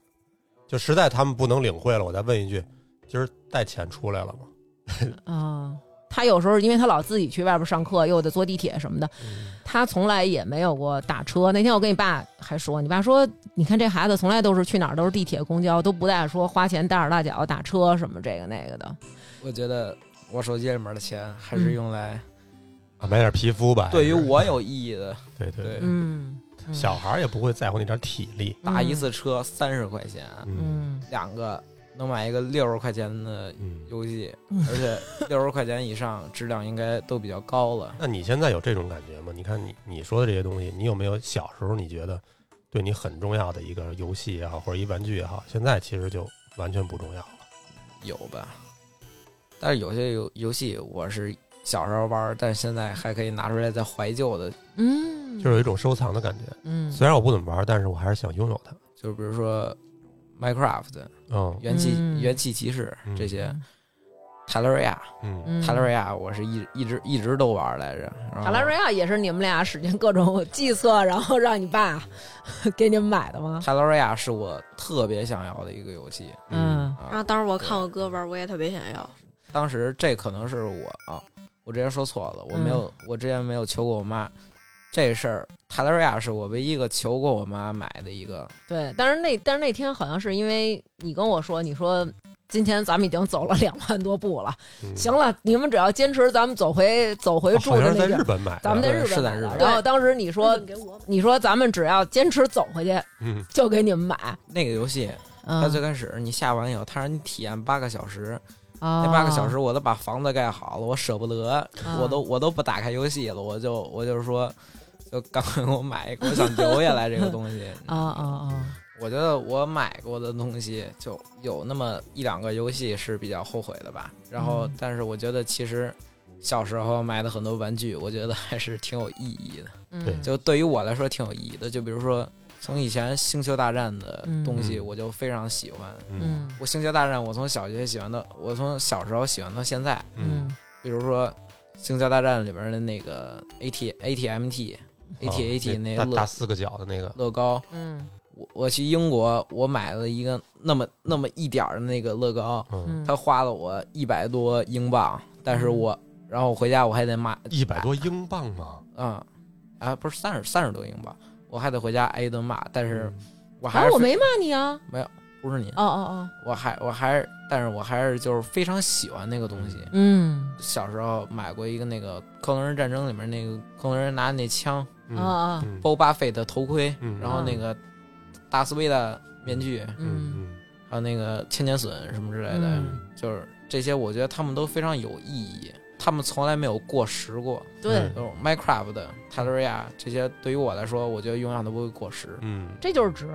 B: 就实在他们不能领会了，我再问一句：今儿带钱出来了吗？
C: 啊。他有时候，因为他老自己去外边上课，又得坐地铁什么的，
B: 嗯
C: 他从来也没有过打车。那天我跟你爸还说，你爸说，你看这孩子从来都是去哪儿都是地铁、公交，都不带说花钱大手大脚打车什么这个那个的。
E: 我觉得我手机里面的钱还是用来
C: 嗯
B: 啊，买点皮肤吧。
E: 对于
B: 还是
E: 我有意义的，
B: 对对
E: 对
B: 对，
C: 嗯，嗯
B: 小孩儿也不会在乎你点体力。
E: 打一次车三十块钱，
B: 嗯
C: 嗯，
E: 两个能买一个六十块钱的
B: 嗯，
E: 游戏
C: 嗯，
E: 而且六十块钱以上质量应该都比较高了。
B: 那你现在有这种感觉吗？你看你你说的这些东西，你有没有小时候你觉得对你很重要的一个游戏也好，或者一玩具也好，现在其实就完全不重要了。
E: 有吧？但是有些游游戏我是小时候玩儿，但是现在还可以拿出来再怀旧的，
C: 嗯，
B: 就是有一种收藏的感觉，
C: 嗯，
B: 虽然我不怎么玩，但是我还是想拥有它。
E: 就比如说 Minecraft、
B: 嗯
E: 元气、
C: 嗯
E: 元气骑士
B: 嗯
E: 这些，塔罗亚、
B: 嗯，
C: 嗯，
E: 塔罗亚，我是一一直一直都玩儿来着。然后
C: 塔拉瑞亚也是你们俩使劲各种计策，然后让你爸 给你们买的吗？
E: 塔罗亚是我特别想要的一个游戏
C: 嗯
E: 啊
D: 然后当时我看我哥玩儿，我也特别想要。
E: 当时这可能是我啊，我之前说错了，我没有，
C: 嗯
E: 我之前没有求过我妈这事儿。塔德瑞亚是我唯一一个求过我妈买的一个，
C: 对，但是那但是那天好像是因为你跟我说，你说今天咱们已经走了两万多步了，
B: 嗯
C: 行了，你们只要坚持，咱们走回走回
B: 哦
C: 住
B: 好
C: 的
B: 像是
C: 那
B: 在
C: 地
B: 日
C: 儿。
B: 本买的，
C: 咱们在
E: 对
C: 日
E: 是
C: 本
E: 在
C: 买
E: 日
C: 的，
E: 本
C: 然后当时你说
D: 给我吧
C: 你说咱们只要坚持走回去，
B: 嗯，
C: 就给你们买。
E: 那个游戏，它最
C: 嗯，
E: 开始你下完以后，它让你体验八个小时，
C: 那
E: 那八个
C: 哦
E: 小时我都把房子盖好了，我舍不得，我
C: 嗯
E: 都我都不打开游戏了，我就我就是说，就赶快给我买一个，我想留下来这个 东西。
C: 啊啊啊！
E: 我觉得我买过的东西就有那么一两个游戏是比较后悔的吧。然后
C: 嗯，
E: 但是我觉得其实小时候买的很多玩具，我觉得还是挺有意义的。
B: 对
C: 嗯，
E: 就对于我来说挺有意义的。就比如说，从以前《星球大战》的东西，
B: 嗯
E: 我就非常喜欢。
B: 嗯
C: 嗯
E: 我《星球大战》，我从小学喜欢到，我从小时候喜欢到现在。
B: 嗯，
C: 嗯
E: 比如说，《星球大战》里边的那个 A T A T M T A
B: 哦
E: T A T 那
B: 大
E: 个
B: 大
E: 乐
B: 四个角的那个，
E: 乐高，
C: 嗯
E: 我我去英国，我买了一个那么那么一点儿的那个乐高，
B: 嗯
C: 嗯，
E: 他花了我一百多英镑，但是我然后我回家我还得骂
B: 一百多英镑嘛，
E: 啊啊不是三十三十多英镑，我还得回家挨一顿骂，但是
B: 嗯
E: 我还
C: 啊
E: 是，
C: 我没骂你啊，
E: 不是你，
C: 哦哦
E: 我还我还是，但是我还是就是非常喜欢那个东西
C: 哦，。嗯，
E: 小时候买过一个那个《克隆人战争》里面那个克隆人拿那枪，
B: 嗯
C: 啊啊
B: 嗯
E: 波巴费的头盔，
B: 嗯
E: 然后那个达斯维达面具，
C: 嗯
B: 嗯
E: 还有那个千年隼什么之类的，
C: 嗯
B: 嗯，
E: 就是这些，我觉得他们都非常有意义，他们从来没有过时过。
C: 对
B: 嗯，
E: 就是 Minecraft 的、塔利瑞亚这些，对于我来说，我觉得永远都不会过时。
B: 嗯
C: 这就是值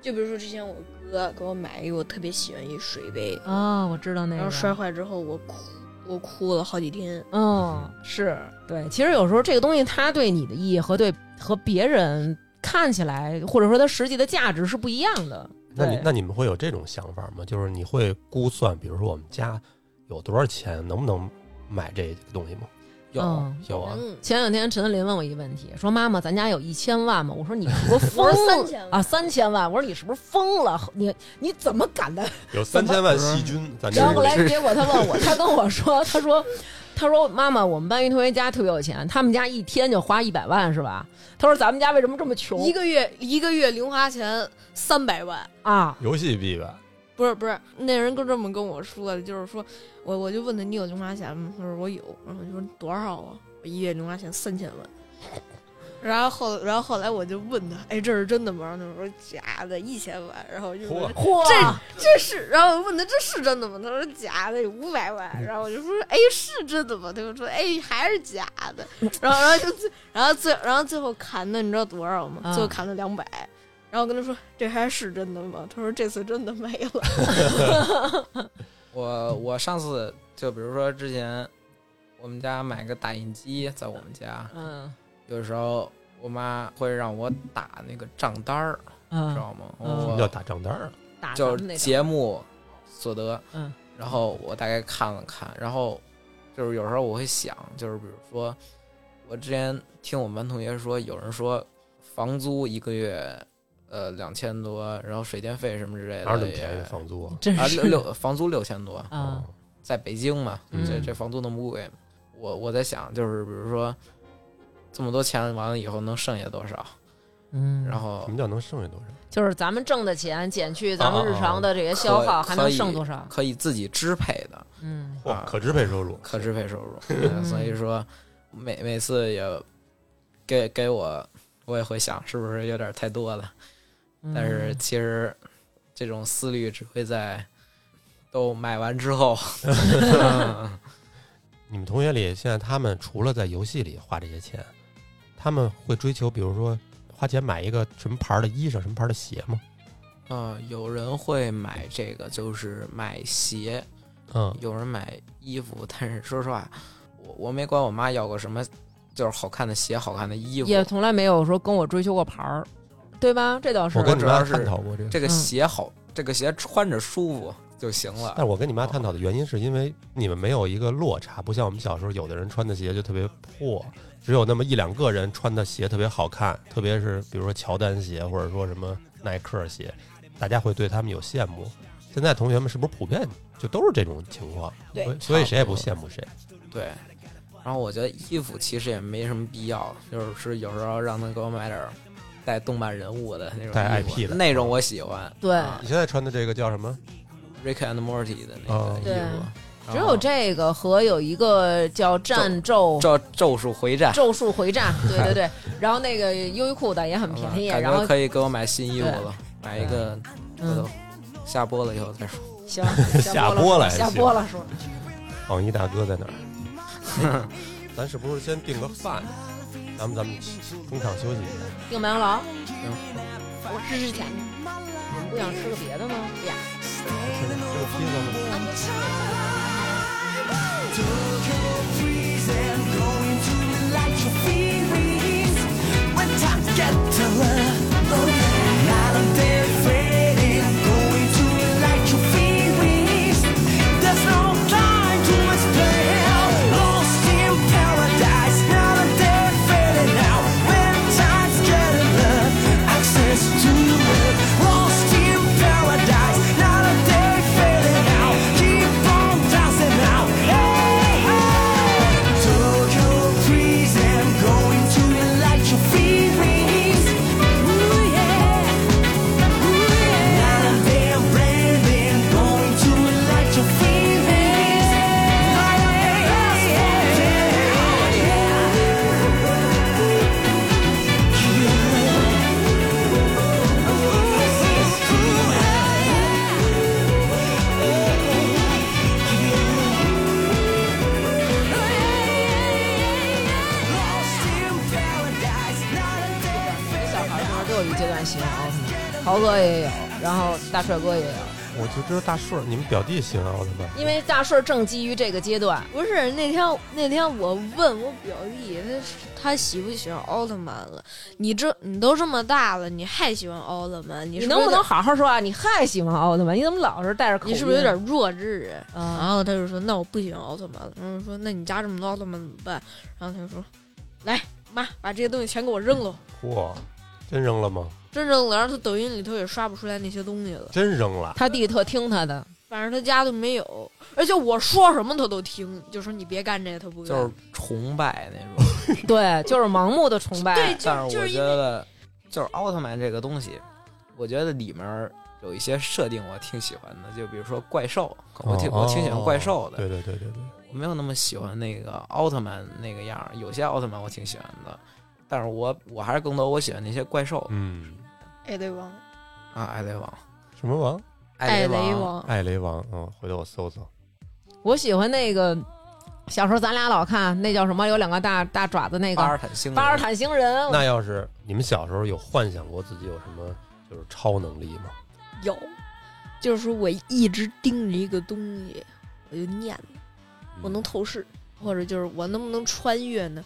D: 就比如说之前我哥给我买一个我特别喜欢一水杯，
C: 啊，我知道那
D: 然后
C: 个。
D: 摔坏之后我哭，我哭了好几天。
C: 嗯，是对。其实有时候这个东西它对你的意义和对和别人看起来，或者说它实际的价值是不一样的。
B: 那你
C: 对
B: 那你们会有这种想法吗？就是你会估算，比如说我们家有多少钱，能不能买这个东西吗？
E: 有、
C: 嗯
B: 有啊，
D: 嗯，
C: 前两天陈林问我一问题，说妈妈，咱家有一千万吗？我说你是 不是疯
D: 我
C: 了
D: 说三千万
C: 啊，三千万。我说你是不是疯了？你你怎么敢的？
B: 有三千万细菌，咱这
C: 然后后
B: 个
C: 来结果他问我，他跟我说，他说。他说：“妈妈，我们班一同学家特别有钱，他们家一天就花一百万，是吧？”他说：“咱们家为什么这么穷
F: 一个月一个月零花钱三百万，
C: 啊？
B: 游戏币吧，
F: 不是不是，那人就这么跟我说的，就是说我我就问他你有零花钱吗？他说我有，然后我就说多少啊？我一月零花钱三千万。然后后然后后来我就问他，哎，这是真的吗？他说假的，一千万。然后我就
C: 嗯
F: 说
B: 嚯
C: 嚯，
F: 这是，然后我问他这是真的吗？他说假的，有五百 万。然后我就说，哎，是真的吗？他就说，哎，还是假的。 然后，然后就最，然后最，然后最后砍的，你知道多少吗？
C: 啊
F: 最后砍了两百。然后我跟他说，这还是真的吗？他说这次真的没了。
E: 我我上次就比如说之前我们家买个打印机，在我们家
C: 嗯
E: 有时候我妈会让我打那个账单儿，知
C: 嗯，
E: 道吗？
C: 嗯
B: 什么叫
E: 我
B: 打账单儿？
C: 打咱
E: 就
C: 们那个
E: 是节目所得，
C: 嗯，
E: 然后我大概看了看，然后就是有时候我会想，就是比如说我之前听我们班同学说，有人说房租一个月呃两千多，然后水电费什么之类的也，
B: 哪有那么便宜的房租啊？哦
C: 真
E: 啊
C: 是
E: 六六房租六千多，
C: 啊，
E: 在北京嘛，
C: 嗯
E: 这这房租那么贵，我我在想，就是比如说这么多钱完了以后能剩下多少？
C: 嗯，
E: 然
B: 哦
E: 后
B: 什么叫能剩下多少？
C: 就是咱们挣的钱减去咱们日常的这些消
E: 啊啊
C: 耗，
E: 啊
C: 还能剩多少？
E: 可以自己支配的
C: 嗯
B: 哇，
E: 啊
B: 可支配收入，
E: 可支配收 入，对所以说每每次也给给我，我也会想是不是有点太多了，
C: 嗯，
E: 但是其实这种思虑只会在都买完 之后，
B: 你们同学里，现在他们除了在游戏里花这些钱，他们会追求，比如说花钱买一个什么牌儿的衣裳、什么牌儿的鞋吗？
E: 啊，有人会买这个，就是买鞋，
B: 嗯，
E: 有人买衣服，但是说实话，我我没管我妈要过什么，就是好看的鞋、好看的衣服。
C: 也从来没有说跟我追求过牌儿，对吧？这倒是
B: 嗯我跟你
E: 主要
B: 妈
E: 是
B: 探讨过这个，
E: 这个
C: 嗯
E: 鞋好，这个鞋穿着舒服就行了。
B: 但我跟你妈探讨的原因是因为你们没有一个落差，不像我们小时候，有的人穿的鞋就特别破，只有那么一两个人穿的鞋特别好看，特别是比如说乔丹鞋或者说什么耐克鞋，大家会对他们有羡慕。现在同学们是不是普遍就都是这种情况？
D: 对
B: 所以所以谁也不
E: 差
B: 羡慕谁。
E: 对，然后我觉得衣服其实也没什么必要，就是有时候让她给我买点儿带动漫人物的那种
B: 带
E: 衣服
B: IP 的嗯
E: 那种，我喜欢。
C: 对
E: 啊
B: 你现在穿的这个叫什么？
E: Rick and Morty 的那
B: 哦
E: 个衣服，啊然
C: 只有
E: 后
C: 这个和有一个叫《战咒》。
E: 咒咒术回战。
C: 咒术回战，对对对，然后那个优衣库的也很便宜，
E: 啊感
C: 然
E: 觉
C: 后
E: 可以给我买新衣服了，买一个，
C: 嗯
E: 我下播了以后再说。
C: 行，
B: 下播了还
C: 下
B: 行
C: 播了说，
B: 网易大哥在哪儿？ 咱是不是先订个饭？咱们咱们中场休息一下。
C: 订麦当劳，
D: 我试试钱。
C: 不想吃个别的吗？
B: 吃个披萨吗？
G: To it, lost in paradise, not a day fading out. Keep on down.
C: 喜欢奥特曼，豪哥也有，然后大帅哥也有，
B: 我就知道大顺，你们表弟啊喜欢奥特曼，
C: 因为大顺正基于这个阶段，
F: 不是那天那天我问我表弟他他喜不喜欢奥特曼了？你这你都这么大了，你还喜欢奥特曼？你
C: 你
F: 是
C: 能
F: 是
C: 不
F: 有
C: 能
F: 点
C: 好好说啊？你还喜欢奥特曼？你怎么老是带着口音？
F: 你是不是有点弱智啊？然
C: 啊？
F: 后他就说：“那我不喜欢奥特曼了。”然后我说：“那你家这么多奥特曼怎么办？”然后他就说：“来，妈，把这些东西全给我扔了，
B: 嚯，真扔了吗？
F: 真扔了。”然后他抖音里头也刷不出来那些东西了，
B: 真扔了，
C: 他弟特听他的，
F: 反正他家都没有。而且我说什么他都听，就说你别干这个，他不干。
E: 就是崇拜那种。
C: 对，就是盲目的崇拜。
F: 对，就
E: 哎但是
F: 就
E: 我
F: 是
E: 觉
F: 因为
E: 得，就是奥特曼这个东西，我觉得里面儿有一些设定我挺喜欢的，就比如说怪兽，我挺、
B: 哦
E: 我挺喜欢怪兽的，
B: 对对对对对，
E: 我没有那么喜欢那个奥特曼那个样儿，有些奥特曼我挺喜欢的，但是我我还是更多我喜欢那些怪兽、
B: 嗯，
D: 哎，对王，
E: 啊，艾雷王、
B: 什么王？
E: 艾
F: 雷
E: 雷王，
F: 王，
B: 艾雷王，嗯，回头我搜搜。
C: 我喜欢那个小时候咱俩老看那叫什么，有两个大大爪子那
E: 巴
C: 个
E: 尔坦星人
C: 巴尔坦星人。
E: 嗯
B: 那要是你们小时候有幻想过自己有什么就是超能力吗？
F: 有，就是说我一直盯着一个东西，我就念我能透视，或者就是我能不能穿越呢？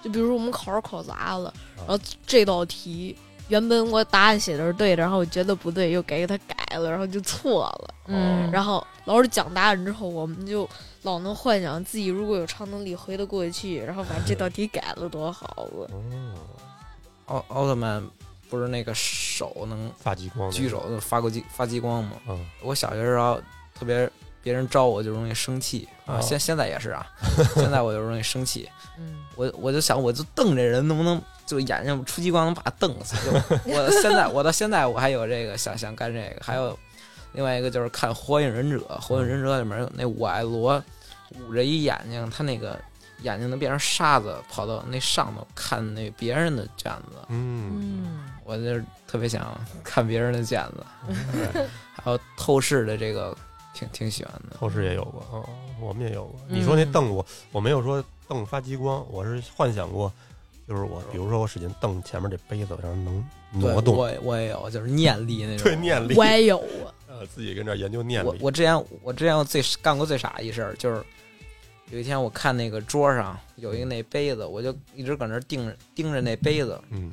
F: 就比如说我们考试考砸了，然后这道题原本我答案写的是对的，然后我觉得不对，又给他改了，然后就错了。
C: 嗯，
F: 然后老师讲答案之后，我们就老能幻想自己如果有超能力回得过去，然后把这道题改了多好啊！
B: 哦，
E: 奥奥特曼不是那个手能
B: 发激光，
E: 举手，发过激发激光吗？
B: 嗯，
E: 我小学时候特别别人招我就容易生气啊，
B: 哦
E: 现现在也 是啊，现在我就容易生气，
C: 嗯
E: 我我就想我就瞪这人能不能就眼睛出激光能把他瞪死？就我现在我到现在我还有这个想想干这个，还有另外一个就是看《火影忍者》，《火影忍者》里面有那我爱罗捂着一眼睛，他那个眼睛能变成沙子，跑到那上头看那别人的卷子，
B: 嗯，
C: 嗯，
E: 我就是特别想看别人的卷子， 还有透视的这个挺挺喜欢的。
B: 透视也有过，哦，我们也有过。你说那
C: 嗯
B: 瞪我，我没有说瞪发激光，我是幻想过，就是我比如说我使劲瞪前面这杯子，然后能挪
E: 对
B: 动，
E: 我我也有，就是念力那种。
B: 对念力
F: 我，也有啊，
B: 呃，自己跟这儿研究念
E: 我
B: 力，
E: 我之前我之前最干过最傻一事儿，就是有一天我看那个桌上有一个那杯子，我就一直搁那儿盯着盯着那杯子。
B: 嗯，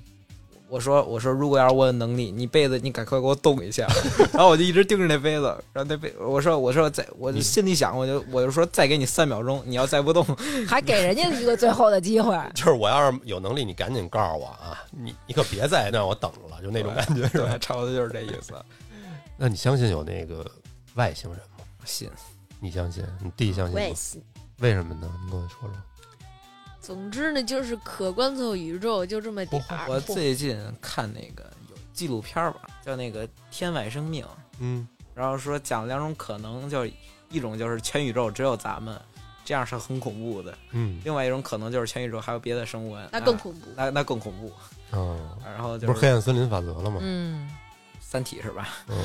E: 我说我说，如果要是我有能力，你杯子你赶快给我动一下。然后我就一直盯着那杯子，然后那杯我说我说再我就
B: 你
E: 心里想，我就我就说再给你三秒钟，你要再不动，
C: 还给人家一个最后的机会。
B: 就是我要是有能力，你赶紧告诉我啊，你你可别再让我等了，就那种感觉是吧
E: 对，？差不多就是这意思。
B: 那你相信有那个外星人吗？
E: 信
B: 你相信？你弟相信
D: 我也
B: 吗？
D: 信。
B: 为什么呢？你跟我说说。
F: 总之呢，就是可观测宇宙就这么点
B: 哎
F: 儿。
E: 我最近看那个有纪录片儿吧，叫那个《天外生命》。
B: 嗯，
E: 然后说讲两种可能，就是一种就是全宇宙只有咱们，这样是很恐怖的；
B: 嗯，
E: 另外一种可能就是全宇宙还有别的生物，
F: 那更恐怖。
E: 那那更恐怖。
B: 哦，
E: 然后
B: 不
E: 嗯就是
B: 黑暗森林法则了吗？
C: 嗯，
E: 三体是吧？
B: 嗯，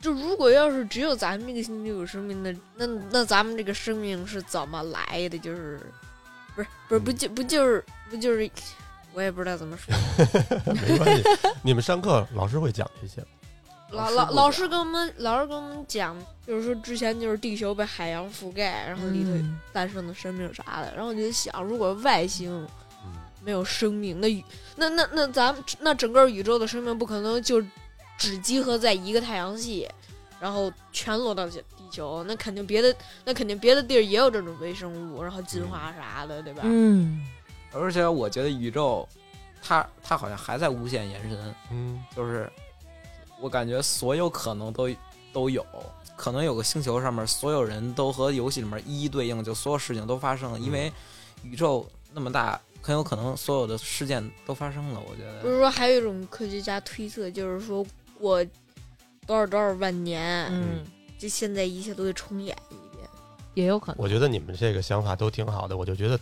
F: 就如果要是只有咱们这个星球有生命，那那那咱们这个生命是怎么来的？就是不是不是不就不就是不就是，我也不知道怎么说。
B: 嗯没关系，你们上课老师会讲这些。
F: 老老
E: 老师
F: 老
E: 不
F: 师跟我们老师跟我们讲，就是说之前就是地球被海洋覆盖，然后里头
C: 嗯
F: 诞生的生命啥的。然后我就想，如果外星
B: 嗯，
F: 没有生命，那宇那那那咱们那整个宇宙的生命不可能就只集合在一个太阳系，然后全落到地球，那肯定别的那肯定别的地儿也有这种微生物，然后进化啥的，对吧？
C: 嗯，
E: 而且我觉得宇宙，它它好像还在无限延伸，
B: 嗯，
E: 就是我感觉所有可能都都有。可能有个星球上面所有人都和游戏里面一一对应，就所有事情都发生了，因为宇宙那么大，很有可能所有的事件都发生了。我觉
F: 不
E: 得
F: 是说还有一种科学家推测，就是说过多少多少万年，
C: 嗯，
F: 这现在一切都得重演一遍。
C: 也有可能。
B: 我觉得你们这个想法都挺好的。我就觉得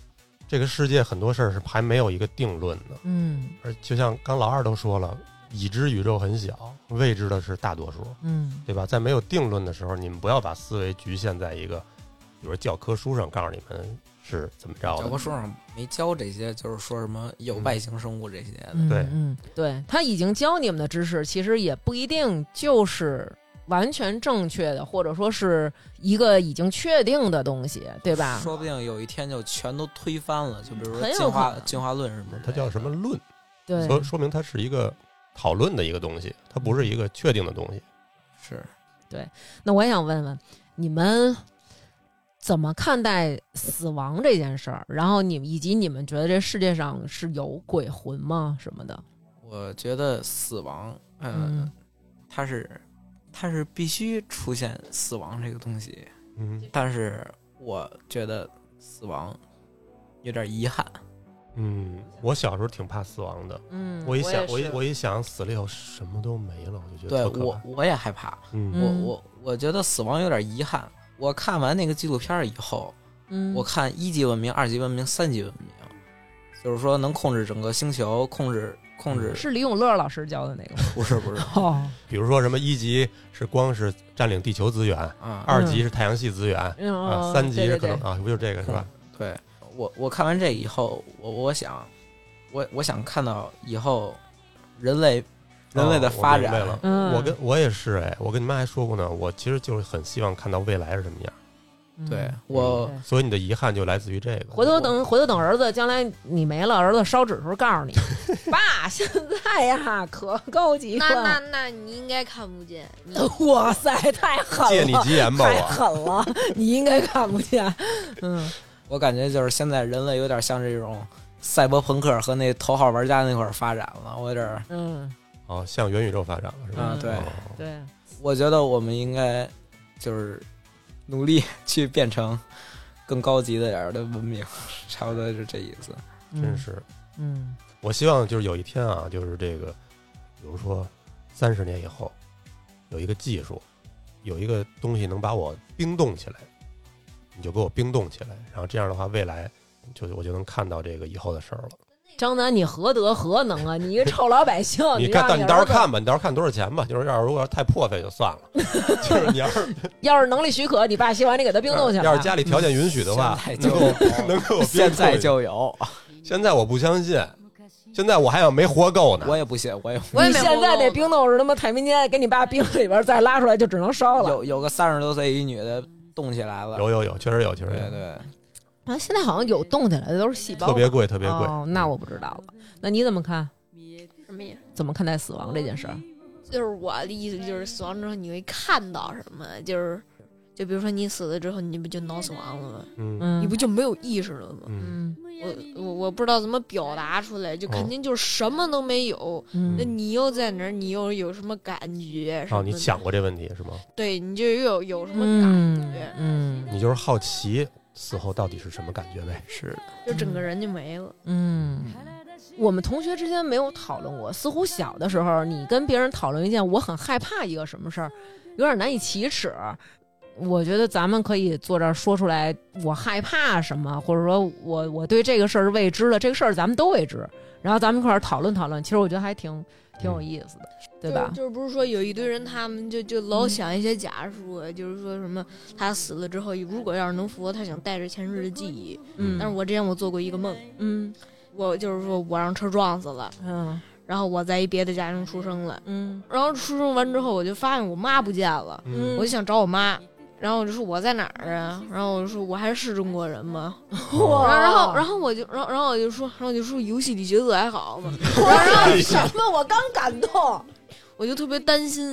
B: 这个世界很多事儿是还没有一个定论的，
C: 嗯
B: 而就像刚老二都说了，已知宇宙很小，未知的是大多数，
C: 嗯
B: 对吧？在没有定论的时候，你们不要把思维局限在一个，比如教科书上告诉你们是怎么着
E: 教科
B: 的。嗯
E: 书上没教这些，就是说什么有外星生物这些的。
C: 嗯
B: 对
C: 嗯，对他已经教你们的知识，其实也不一定就是完全正确的，或者说是一个已经确定的东西，对吧？
E: 说不定有一天就全都推翻了，就比如
C: 很
E: 说
C: 有
E: 进
C: 可
E: 化
C: 能
E: 进化论什么的，
B: 它叫什么论？
C: 对，
B: 说说明它是一个讨论的一个东西，它不是一个确定的东西。
E: 是
C: 那我也想问问你们怎么看待死亡这件事儿？然后你们以及你们觉得这世界上是有鬼魂吗？什么的？
E: 我觉得死亡，
B: 呃
E: 嗯，
C: 嗯
E: 它是它是必须出现死亡这个东西，
B: 嗯
E: 但是我觉得死亡有点遗憾。
B: 嗯，我小时候挺怕死亡的，
C: 嗯，
B: 我一想，我
E: 我也
B: 一
E: 是
B: 我一想死了以后什么都没了，我就觉
E: 对
B: 得特可
E: 我
B: 怕。
E: 我也害怕，
B: 嗯
E: 我
C: 嗯
E: 我我觉得死亡有点遗憾。我看完那个纪录片以后，
C: 嗯
E: 我看一级文明、二级文明、三级文明，就是说能控制整个星球，控制控制
C: 是李永乐老师教的那个吗
E: 不是不是
C: 哦，
B: 比如说什么一级是光是占领地球资源，
E: 啊？
B: 二级是太阳系资源
C: 嗯
B: 啊，
C: 哦
B: 三级
C: 对
B: 是
C: 对
B: 可能
C: 对
B: 啊，不就这个是吧？
E: 对我我看完这以后，我我想我我想看到以后人类人类的
B: 哦我
E: 发
B: 明
E: 展
B: 白，了
C: 嗯，
B: 我跟我也是哎，我跟你妈还说过呢，我其实就是很希望看到未来是什么样，
E: 对
C: 嗯
E: 我
C: 对
B: 所以你的遗憾就来自于这个。
C: 回头等回头等儿子将来你没了，儿子烧纸的时候告诉 你，爸，现在呀可高级
F: 那那
C: 了，
F: 那你应该看不见，你
C: 哇塞，太狠了，
B: 借你啊吉言吧，
C: 太
B: 我
C: 狠了，你应该看不见，嗯。
E: 我感觉就是现在人类有点像这种赛博朋克和那头号玩家那块儿发展了，我有点儿
C: 嗯，
B: 哦，向元宇宙发展了是吧？
E: 啊，对，
B: 哦
C: 对，
E: 我觉得我们应该就是努力去变成更高级的点儿的文明， 差不多就这意思。
B: 真，是。
C: 嗯
B: 我希望就是有一天啊，就是这个，比如说三十年以后，有一个技术，有一个东西能把我冰冻起来，你就给我冰冻起来，然后这样的话，未来就我就能看到这个以后的事儿了。
C: 张楠，你何德何能啊？你一个臭老百姓，
B: 你看
C: 让
B: 到
C: 哦你
B: 你到时候
C: 儿子，
B: 看吧，你到时候看多少钱吧。就是要是如果要是太破费就算了， 就是你要是
C: 要是能力许可，你爸希望你给他冰冻起来。
B: 要是家里条件允许的话，
E: 现在
B: 能
E: 就
B: 给我能给我冰冻
E: 现在就有，
B: 现在我不相信，现在我还想没活够呢。
E: 我也不信，我也
F: 我也
C: 你
F: 没
C: 现在
F: 活
C: 那
F: 动
C: 冰冻是他妈太平间给你爸冰里边，再拉出来就只能烧了。
E: 有有个三十多岁一女的冻起来了，
B: 有有有，确实有，确实
E: 对
B: 有，
E: 对。
C: 啊，现在好像有冻起来的都是细胞吧，
B: 特别贵，特别贵。
C: 哦，那我不知道了。那你怎么看？
F: 什么呀？
C: 怎么看待死亡这件事儿？
F: 就是我的意思，就是死亡之后你会看到什么？就是，就比如说你死了之后，你不就脑死亡了吗？
B: 嗯
C: 嗯，
F: 你不就没有意识了吗？
B: 嗯，哦
C: 嗯
F: 我我我不知道怎么表达出来，就肯定就是什么都没有。那
C: 嗯
F: 你又在哪儿？你又有什么感觉？什
B: 哦，
F: 么
B: 你
F: 的
B: 想过这问题是吗？
F: 对，你就又有有什么感
C: 嗯
F: 觉，
C: 嗯
B: 你就是好奇死后到底是什么感觉呗？
E: 是
F: 就整个人就没了。
C: 嗯。我们同学之间没有讨论过，似乎小的时候你跟别人讨论一件我很害怕一个什么事儿，有点难以启齿。我觉得咱们可以坐这儿说出来，我害怕什么，或者说我我对这个事儿是未知的，这个事儿咱们都未知，然后咱们一块儿讨论讨论。其实我觉得还挺挺
B: 嗯
C: 有意思的，对吧
F: 就？就是不是说有一堆人，他们就就
B: 嗯
F: 老想一些假说，就是说什么他死了之后，如果要是能复活，他想带着前世的记忆。
C: 嗯
F: 但是我之前我做过一个梦，
C: 嗯
F: 我就是说我让车撞死了，
C: 嗯
F: 然后我在一别的家庭出生了，
C: 嗯
F: 然后出生完之后，我就发现我妈不见了，
C: 嗯，
F: 我就想找我妈。然后我就说我在哪儿啊？然后我就说我还是中国人吗？
E: 嗯
C: 哇
B: 哦
F: 然后然后然后我就然后然后我就说然后我就说游戏里角色还好嘛，
C: 什么？我刚感动。
F: 我就特别担心。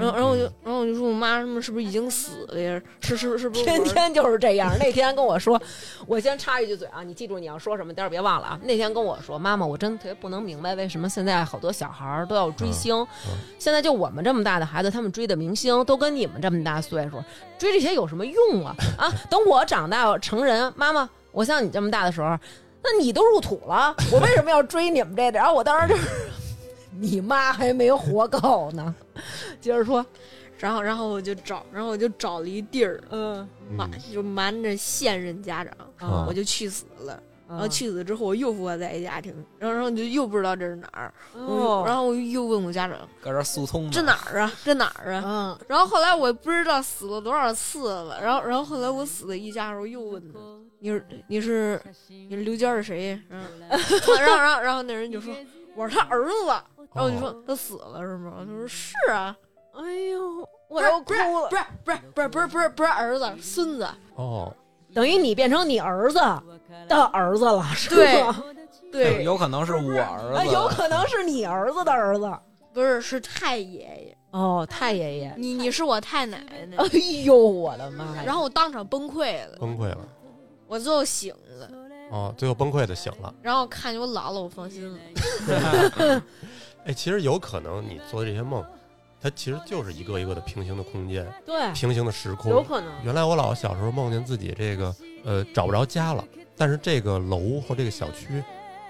C: 嗯
F: 后，然后我就，然后我就说，我妈他们是不是已经死了呀？是是是不是我？
C: 天天就是这样。 那天跟我说，我先插一句嘴啊，你记住你要说什么，待会儿别忘了啊。那天跟我说，妈妈，我真的特别不能明白，为什么现在好多小孩儿都要追星、
B: 嗯
C: 现在就我们这么大的孩子，他们追的明星都跟你们这么大岁数，追这些有什么用啊？ 啊，等我长大成人，妈妈，我像你这么大的时候，那你都入土了，我为什么要追你们这的？然后我当时就是。你妈还没活够呢，接着说，
F: 然后，然后我就找，然后我就找了一地儿，
C: 嗯
F: 瞒就瞒着现任家长，
B: 啊
F: 我就去死了。
C: 然
F: 然后去死之后，我又复活在一家庭，然后然后就又不知道这是哪儿，
C: 哦，
F: 然后我又问我家长
E: 搁这儿速通呢
F: 这哪儿啊，这哪儿啊？
C: 嗯，
F: 然后后来我不知道死了多少次了，然后然后后来我死在一家的时候又问他，你是你是你是刘娟是谁？嗯 然后
C: 嗯
F: 然后然后然后那人就说我是他儿子，然后我就
C: 哦
F: 说他死了是吗？他说是啊，
C: 哎呦，
F: 不
C: 嗯我
F: 是
C: 要
F: 不
C: 哭
F: 是
C: 了，
F: 不是不是不是不是不是不是儿子孙子，
B: 哦，
C: 等于你变成你儿子的儿子了，是
F: 对
C: 吗？
E: 有
F: 对，
E: 有可能是我儿
C: 啊，有
E: 子，
C: 可能是你儿子的儿子。
F: 不是是太爷爷，
C: 哦，太爷爷，
F: 你你是我太奶奶。
C: 哎呦，我的妈呀！
F: 然后我当场崩溃了，
B: 崩溃了，
F: 我最后醒了，
B: 哦，最后崩溃的醒了。
F: 然后看见我姥姥，我放心了。
B: 哎，其实有可能你做的这些梦，它其实就是一个一个的平行的空间，
C: 对，
B: 平行的时
C: 有
B: 空。
C: 可能，
B: 原来我老小时候梦见自己这个呃找不着家了，但是这个楼或这个小区，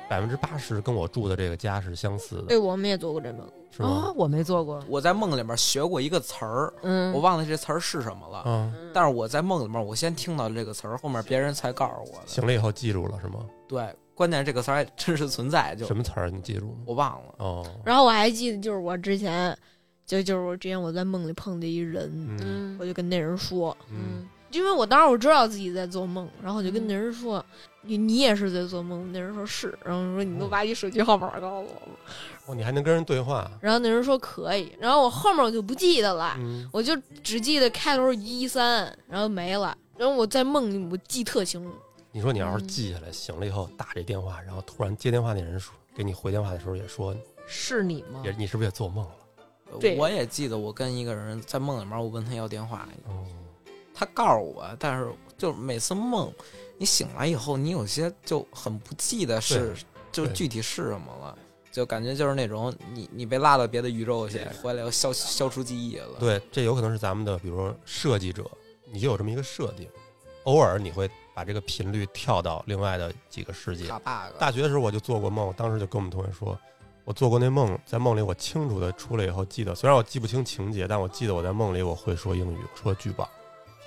B: 百分之八十跟我住的这个家是相似的，
F: 对，我们也做过这梦，
B: 是
C: 啊
B: 吗？，
C: 我没做过，
E: 我在梦里面学过一个词儿，
C: 嗯，
E: 我忘了这词儿是什么
F: 哦
E: 了。
B: 嗯，
E: 但是我在梦里面，我先听到这个词儿，后面别人才告诉我的。
B: 醒了以后记住了是吗？
E: 对，关键是这个词儿还真实存在，就
B: 什么词儿你记住吗？
E: 我忘了。
B: 哦，
F: 然后我还记得就是我之前，就就是我之前我在梦里碰见一人，
B: 嗯
F: 我就跟那人说，
B: 嗯，
F: 因为我当时我知道自己在做梦，然后我就跟那人说，你你也是在做梦，那人说是，然后我说
B: 嗯
F: 你都把你手机号码告诉我吧，
B: 哦，你还能跟人对话？
F: 然后那人说可以，然后我后面我就不记得了，
B: 嗯，
F: 我就只记得开头一三，然后没了，然后我在梦里我记特清楚。
B: 你说你
F: 嗯
B: 要是记下来，醒了以后打这电话，然后突然接电话那人说给你回电话的时候也说，
C: 是你吗
F: 嗯
B: 也？你是不是也做梦了？
F: 对
E: 呃我也记得我跟一个人在梦里面，我问他要电话，
B: 哦，
E: 他告诉我，但是就是每次梦，你醒来以后，你有些就很不记得是就
B: 对
E: 具体是什么了，就感觉就是那种你你被拉到别的宇宙去，回来又消消除记忆了。，
B: 对，这有可能是咱们的，比如说设计者，你就有这么一个设定，偶尔你会把这个频率跳到另外的几个世界
E: 卡。bug。
B: 大学的时候我就做过梦，当时就跟我们同学说，我做过那梦，在梦里我清楚的出来以后记得，虽然我记不清情节，但我记得我在梦里我会说英语，我说巨棒，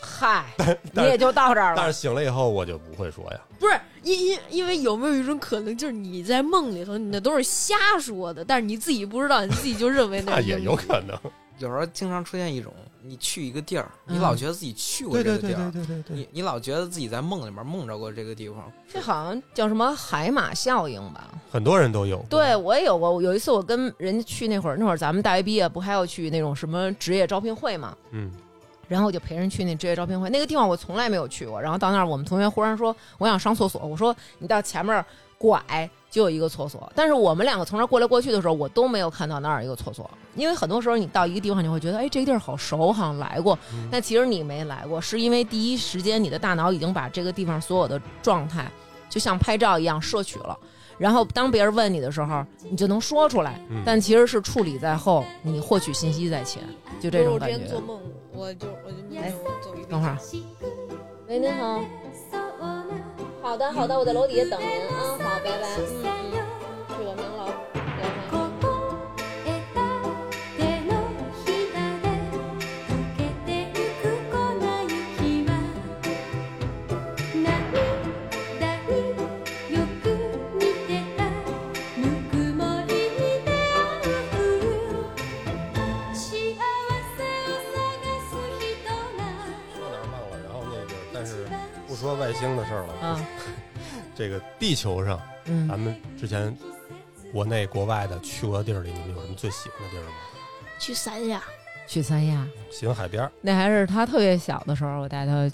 C: 嗨，你
B: 但是
C: 也就到这儿
B: 但
C: 了
B: 是。醒了以后我就不会说呀。
F: 不是因因因为有没有一种可能，就是你在梦里头，你那都是瞎说的，但是你自己不知道，你自己就认为那
B: 那
F: 是
B: 啊也
F: 英
B: 有
F: 语
B: 可能，
E: 有时候经常出现一种，你去一个地儿，你
C: 嗯
E: 老觉得自己去过这个地儿，
B: 对对
E: 你你老觉得自己在梦里面梦着过这个地方，
C: 这好像叫什么海马效应吧？嗯
B: 很多人都有。
C: 对，我也有过。有一次我跟人家去那会儿，那会儿咱们大学毕业不还要去那种什么职业招聘会嘛？
B: 嗯，
C: 然后我就陪人去那职业招聘会，那个地方我从来没有去过。然后到那儿，我们同学忽然说我想上厕所，我说你到前面拐就有一个厕所，但是我们两个从这儿过来过去的时候，我都没有看到那儿有一个厕所，因为很多时候你到一个地方，你会觉得哎这个地儿好熟，好像来过，
B: 嗯
C: 但其实你没来过，是因为第一时间你的大脑已经把这个地方所有的状态就像拍照一样摄取了。然后当别人问你的时候，你就能说出来，
B: 嗯
C: 但其实是处理在后，你获取信息在前，就这种
F: 我之
C: 感觉
F: 前。做梦，我就我就梦见我走一
C: 等
F: 个
C: 会儿，喂，您好。好的，好的，我在楼底下等您啊，好，拜拜。嗯嗯，去我名楼。
A: 「ここ枝だ手のひらで溶けてゆく」「粉雪は涙によく似てた」「ぬくもりに出会う」「幸せを探す人
B: 说哪儿忘了，然后那个，但是
A: が」
B: 不说外星的事儿了，
C: 啊，
B: 这个地球上，
C: 嗯
B: 咱，们之前国内国外的去过的地儿里，你们有什么最喜欢的地儿吗？
F: 去三亚，
C: 去三亚，
B: 喜欢海边儿，
C: 那还是他特别小的时候，我带他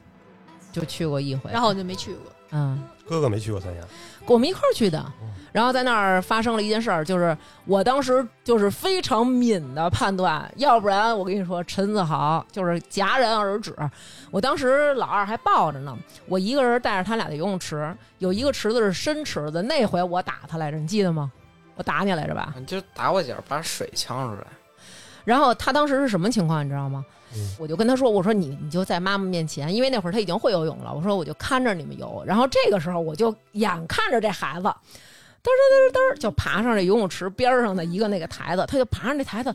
C: 就去过一回。
F: 然后我就没去过。
C: 嗯，
B: 哥哥没去过三亚，
C: 跟我们一块儿去的。然后在那儿发生了一件事儿，就是我当时就是非常敏的判断，要不然我跟你说，陈子豪就是戛然而止。我当时老二还抱着呢，我一个人带着他俩的游泳池，有一个池子是深池子，那回我打他来着，你记得吗？我打你来着吧？
E: 你就打我脚把水呛出来。
C: 然后他当时是什么情况，你知道吗？
B: 嗯
C: 我就跟他说：“我说你你就在妈妈面前，因为那会儿他已经会游泳了。我说我就看着你们游。然后这个时候我就眼看着这孩子，
D: 嘚儿就爬上这游泳池边儿上的一个那个台子，他就爬上这台子，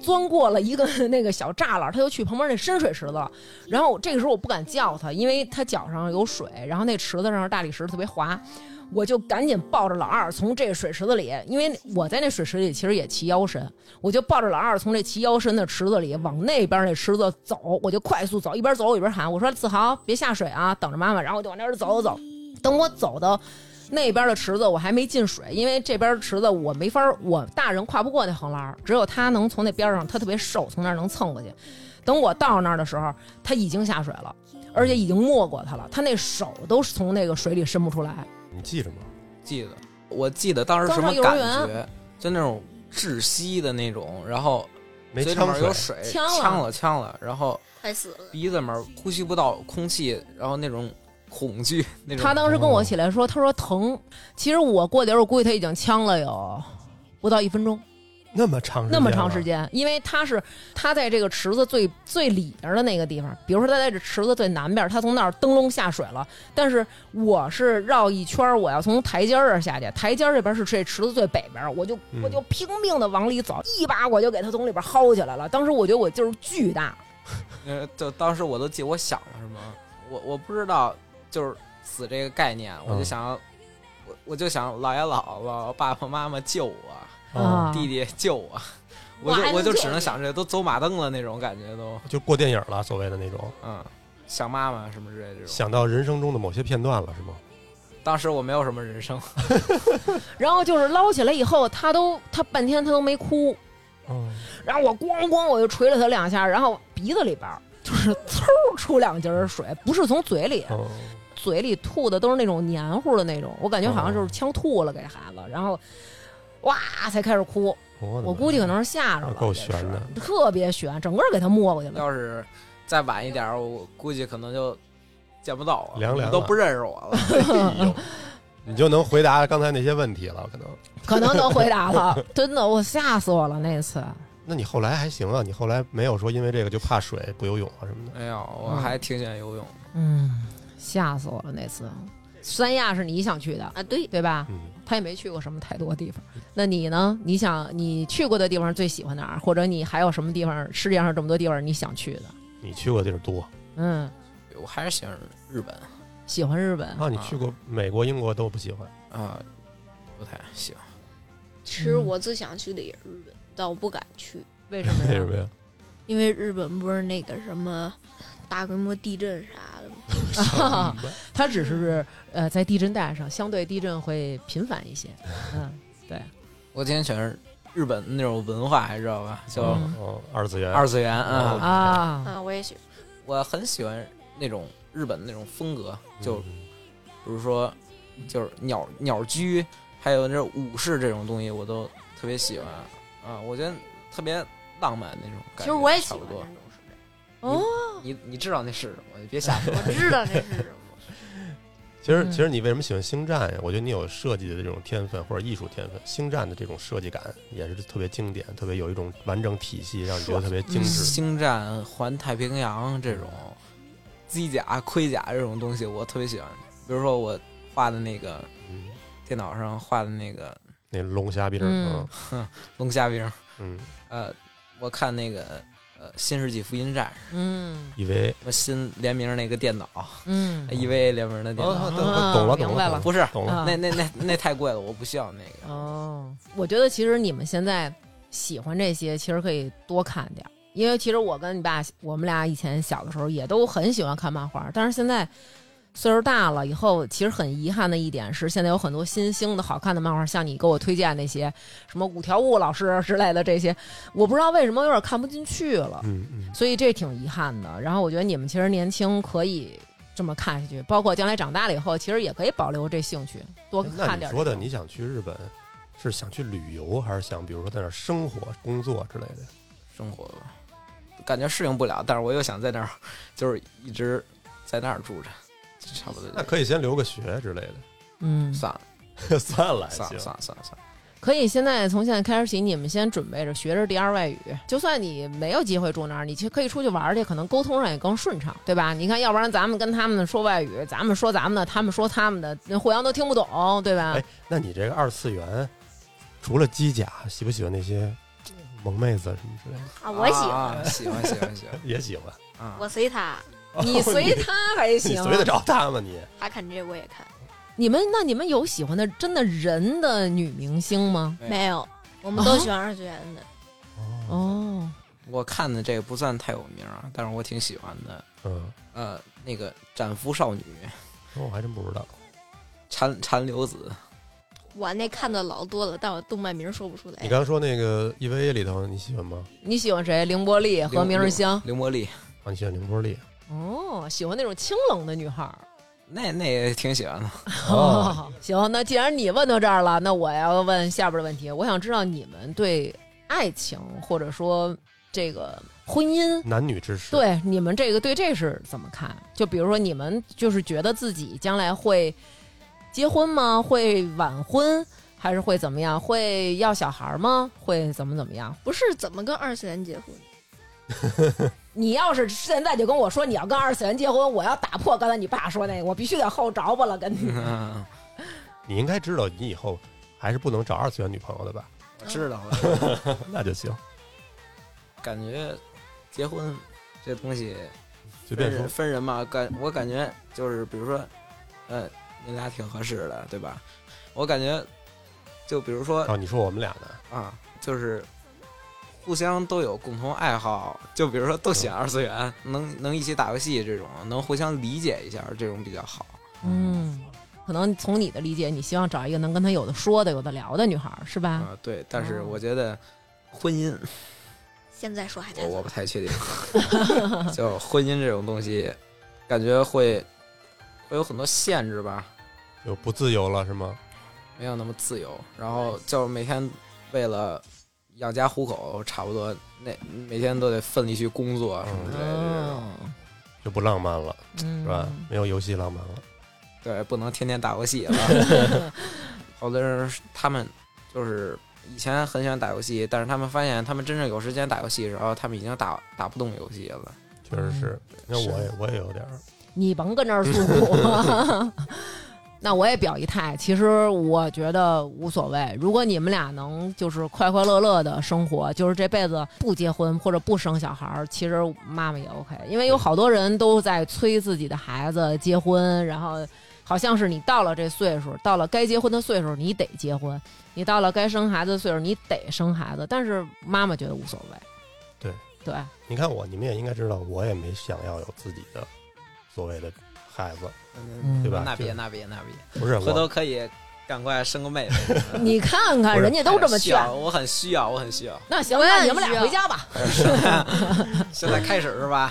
D: 钻过了一个那个小栅栏，他就去旁边那深水池子了。然后这个时候我不敢叫他，因为他脚上有水，然后那池子上是大理石，特别滑。我就赶紧抱着老二从这个水池子里，因为我在那水池里其实也齐腰深，我就抱着老二从这齐腰深的池子里往那边那池子走，我就快速走，一边走我一边喊，我说子豪别下水啊，等着妈妈。然后我就往那边走走走，等我走到那边的池子，我还没进水，因为这边池子我没法，我大人跨不过那横栏儿，只有他能从那边上，他特别瘦，从那儿能蹭过去。等我到那儿的时候，他已经下水了，而且已经没过他了，他那手都是从那个水里伸不出来。
B: 你记着吗？
E: 记得，我记得当时什么
D: 刚上幼
E: 感
D: 儿园
E: 觉，就那种窒息的那种，然后
B: 没
E: 嘴里
B: 呛
E: 面
B: 水
E: 有，水，
D: 呛了
E: 呛了呛了，然后
F: 快死了。
E: 鼻子里面呼吸不到空气，然后那种恐惧，那种
D: 他当时跟我起来说，他说疼。其实我过点儿，我估计他已经呛了有不到一分钟，
B: 那么长时间
D: 那么长时
B: 了，
D: 间，因为他是他在这个池子最最里边的那个地方，比如说他在这池子最南边，他从那儿灯笼下水了。但是我是绕一圈儿，我要从台阶儿这儿下去，台阶儿这边是这池子最北边，我就
B: 嗯
D: 我就拼命的往里走，一把我就给他从里边薅起来了。当时我觉得我劲儿巨大，
E: 呃，就当时我都记，我想了什么？我我不知道，就是死这个概念，我就
B: 嗯
E: 想要，我我就想姥爷姥姥、爸爸妈妈救我，
B: 哦
D: 啊
E: 弟弟救我，我
F: 还
E: 就
F: 能
E: 我就
F: 救
E: 只能
F: 你
E: 想这，都走马灯了那种感觉都，
B: 就过电影了，所谓的那种，
E: 嗯，想妈妈什么之类的这种。
B: 想到人生中的某些片段了，是吗？
E: 当时我没有什么人生，
D: 然后就是捞起来以后，他都他半天他都没哭，
B: 嗯，
D: 然后我咣咣我就捶了他两下，然后鼻子里边儿就是嗖出两截儿水，不是从嘴里，
B: 哦
D: 嘴里吐的都是那种黏糊的那种，我感觉好
B: 哦
D: 像就是呛吐了给孩子，然后哇才开始哭，
B: 我的
D: 我
B: 妈
D: 估计可能是吓着了，
B: 哦够悬的
D: 这是，特别悬，整个给他没过去了。
E: 要是再晚一点儿，我估计可能就见不到我了，
B: 凉凉
E: 都
B: 了
E: 不认识我 了。
B: 哎呦你就能回答刚才那些问题了，可能。
D: 可能能回 答了，真的，我吓死我了那次。
B: 那你后来还行啊？你后来没有说因为这个就怕水不游泳啊什么的？
E: 没有，哎我
D: 嗯
E: 还挺喜欢游泳。
D: 嗯，吓死我了那次。三亚是你想去的，
F: 啊，对，
D: 对吧？
B: 嗯，
D: 他也没去过什么太多地方。那你呢？你想你去过的地方最喜欢哪儿？或者你还有什么地方？世界上这么多地方你想去的？
B: 你去过地儿多
D: 嗯，
E: 我还是喜欢日本
D: 喜欢日本，
B: 啊？你去过美国、英国都不喜 欢，
E: 啊，不太喜欢。
F: 其实我最想去的也是日本，但我不敢去，
D: 为什么
B: 为
D: 呀？
B: 什么 呀？
F: 因为日本不是那个什么大规模地震啥的吗？
B: 嗯
D: 啊它只是呃在地震带上，相对地震会频繁一些。嗯，对，
E: 我今天全是日本那种文化，还知道吧？叫
D: 嗯
B: 哦，二次元，
E: 二次元
B: 嗯
E: 啊、
D: 啊，
F: 啊，我也去，
E: 我很喜欢那种日本那种风格，就比
B: 嗯
E: 如说就是鸟鸟居，还有那种武士这种东西，我都特别喜欢啊。我觉得特别浪漫那种
F: 其
E: 感觉。
F: 实我也喜
E: 差
F: 欢
E: 不
F: 那
E: 多
F: 种。事
D: 哦，
E: 你你知道那是什么？你别嗯瞎 说。
F: 我知道这是什么。
B: 其实
D: 嗯
B: 其实你为什么喜欢星战呀？我觉得你有设计的这种天分或者艺术天分，星战的这种设计感也是特别经典，特别有一种完整体系，让你觉得特别精致。
E: 星战、环太平洋这种机甲、盔甲这种东西，我特别喜欢。比如说我画的那个
B: 嗯，
E: 电脑上画的那个
B: 那龙虾兵，
D: 嗯
B: 嗯
E: 龙虾兵，
B: 嗯，
E: 呃，我看那个呃《新世纪福音战士
D: 嗯
B: 以为》
E: 什么新联名那个电脑
D: 嗯
E: ，EVA 联名的电脑，
B: 懂了哦懂了，懂
D: 明白了
E: 不是
B: 懂了。
D: 啊
E: 那那那那太贵了，我不需要那个。
D: 哦，我觉得其实你们现在喜欢这些，其实可以多看点儿。因为其实我跟你爸，我们俩以前小的时候也都很喜欢看漫画，但是现在岁数大了以后，其实很遗憾的一点是，现在有很多新兴的好看的漫画，像你给我推荐那些什么五条悟老师啊之类的这些，我不知道为什么有点看不进去了。
B: 嗯嗯，
D: 所以这挺遗憾的。然后我觉得你们其实年轻可以这么看下去，包括将来长大了以后，其实也可以保留这兴趣，多
B: 哎那
D: 看
B: 你
D: 点儿这
B: 说
D: 种。
B: 的，你想去日本，是想去旅游，还是想比如说在那儿生活、工作之类的？
E: 生活吧，感觉适应不了，但是我又想在那儿，就是一直在那儿住着，差不多就
B: 那可以先留个学之类的，
D: 嗯，
E: 算了
B: 算了还
E: 算了
B: 行。
E: 算了算了算了，
D: 可以现在从现在开始起，你们先准备着学着第二外语。就算你没有机会住那儿，你其实可以出去玩儿去，可能沟通上也更顺畅，对吧？你看，要不然咱们跟他们说外语，咱们说咱们的，他们说他们的，那互相都听不懂，对吧？
B: 哎那你这个二次元，除了机甲，喜不喜欢那些萌妹子什么之类 的？
F: 啊，我喜欢，
E: 啊喜欢喜欢喜 欢
B: 也喜欢，
E: 啊！
F: 我随 他，
D: 你随他
F: 哦
D: 还
B: 你
D: 行，啊
B: 随得着他吗？你
F: 他看这我也看，
D: 你们那你们有喜欢的真的人的女明星吗？
E: 对
F: 没有，我们
D: 啊
F: 都喜欢二次元的。
B: 嗯
D: 哦，
E: 我看的这个不算太有名啊，但是我挺喜欢的。
B: 嗯，
E: 呃，那个斩服少女
B: 我还真不知道。
E: 缠缠流子，
F: 我那看的老多了，但我动漫名说不出来
B: 你。刚刚说那个 EVA 里头，你喜欢吗？
D: 你喜欢谁？凌波
F: 哎
D: 丽和明日香。
E: 凌波丽，
B: 啊，你喜欢凌波丽？
D: 哦，喜欢那种清冷的女孩儿。
E: 那那也挺喜 欢的。
B: 哦，
D: 行，那既然你问到这儿了，那我要问下边的问题。我想知道你们对爱情或者说这个婚姻，
B: 男女之事。，
D: 对你们这个对这是怎么看？就比如说，你们就是觉得自己将来会结婚吗？会晚婚还是会怎么样？会要小孩吗？会怎么怎么样？
F: 不是怎么跟二次元结婚？
D: 你要是现在就跟我说你要跟二次元结婚，我要打破刚才你爸说那个，我必须得后着吧了，跟你。
E: 嗯，
B: 你应该知道，你以后还是不能找二次元女朋友的吧？
E: 我知道了，
B: 那就行，
E: 感觉结婚这东西
B: 随
E: 分
B: 便
E: 人
B: 说。
E: 分人吧，感我感觉就是比如说，呃，你俩挺合适的，对吧？我感觉就比如说
B: 啊，你说我们俩呢？
E: 啊，就是互相都有共同爱好，就比如说都喜欢二次元，
D: 嗯
E: 能能一起打游戏这种，能互相理解一下这种比较好。
D: 嗯，可能从你的理解，你希望找一个能跟他有的说的、有的聊的女孩儿，是吧？
E: 啊，对，但是
D: 哦
E: 我觉得婚姻，
F: 现在说还太
E: 我我
F: 早
E: 不。太确定，就婚姻这种东西，感觉会会有很多限制吧，
B: 就不自由了是吗？
E: 没有那么自由，然后就是每天为了养家糊口，差不多那每天都得奋力去工作什么
B: 嗯
E: 之类的这种，
D: 哦，
B: 就不浪漫了
D: 嗯，
B: 是吧？没有游戏浪漫了。
E: 对，不能天天打游戏了。 好多人他们就是以前很喜欢打游戏，但是他们发现他们真正有时间打游戏的时候，他们已经打打不动游戏了。
B: 确实是，
D: 嗯
B: 那我也我也有点儿，
D: 你甭跟这儿诉苦。 那我也表一态，其实我觉得无所谓。如果你们俩能就是快快乐乐的生活，就是这辈子不结婚或者不生小孩儿，其实妈妈也 OK。因为有好多人都在催自己的孩子结婚，然后好像是你到了这岁数，到了该结婚的岁数，你得结婚；你到了该生孩子的岁数，你得生孩子。但是妈妈觉得无所谓。
B: 对
D: 对，
B: 你看我，你们也应该知道，我也没想要有自己的所谓的孩子，
D: 嗯
B: 对吧
E: 那
B: 就
E: 别
B: 是
E: 那别那别，
B: 不是
E: 回头
B: 我，
E: 可以赶快生个妹妹。
D: 你看看人家 都这么
E: 需
D: 劝。
E: 要，我很需要，我很需要。
D: 那行，
F: 我也
D: 那你们
F: 需
D: 俩
F: 要
D: 回家吧。
E: 现在开始是 吧？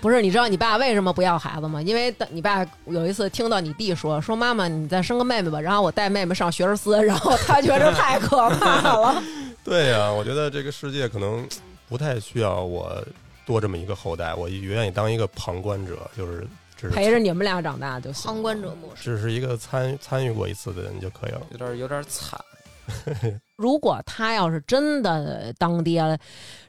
D: 不是，你知道你爸为什么不要孩子吗？因为你爸有一次听到你弟说说妈妈，你再生个妹妹吧，然后我带妹妹上学而思， 然后他觉着太可怕了。
B: 对呀、我觉得这个世界可能不太需要我多这么一个后代，我愿意当一个旁观者，就是只是
D: 陪着你们俩长大就行。
F: 旁观者模式，
B: 只是一个参参与过一次的人就可以了。
E: 有点有点惨。
D: 如果他要是真的当爹了，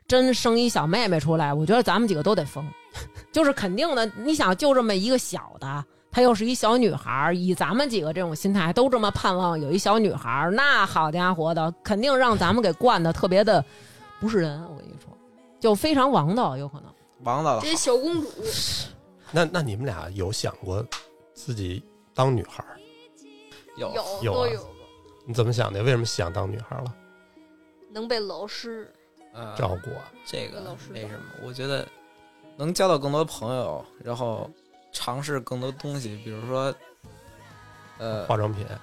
D: 真生一小妹妹出来，我觉得咱们几个都得疯， 就是肯定的。你想，就这么一个小的，她又是一小女孩儿，以咱们几个这种心态，都这么盼望有一小女孩儿，那好家伙的，肯定让咱们给惯的特别的不是人。我跟你说，就非常王道，有可能。
E: 王导的
F: 这些小公主，
B: 那那你们俩有想过自己当女孩儿？
E: 有
F: 有
B: 有啊
F: 都有过，
B: 你怎么想的？为什么想当女孩了？
F: 能被老师
E: 呃
B: 照顾啊？
E: 这
F: 被
E: 个
F: 老师
E: 没
F: 打
E: 什么，我觉得能交到更多朋友，然后尝试更多东西，比如说，呃，
B: 化妆品，啊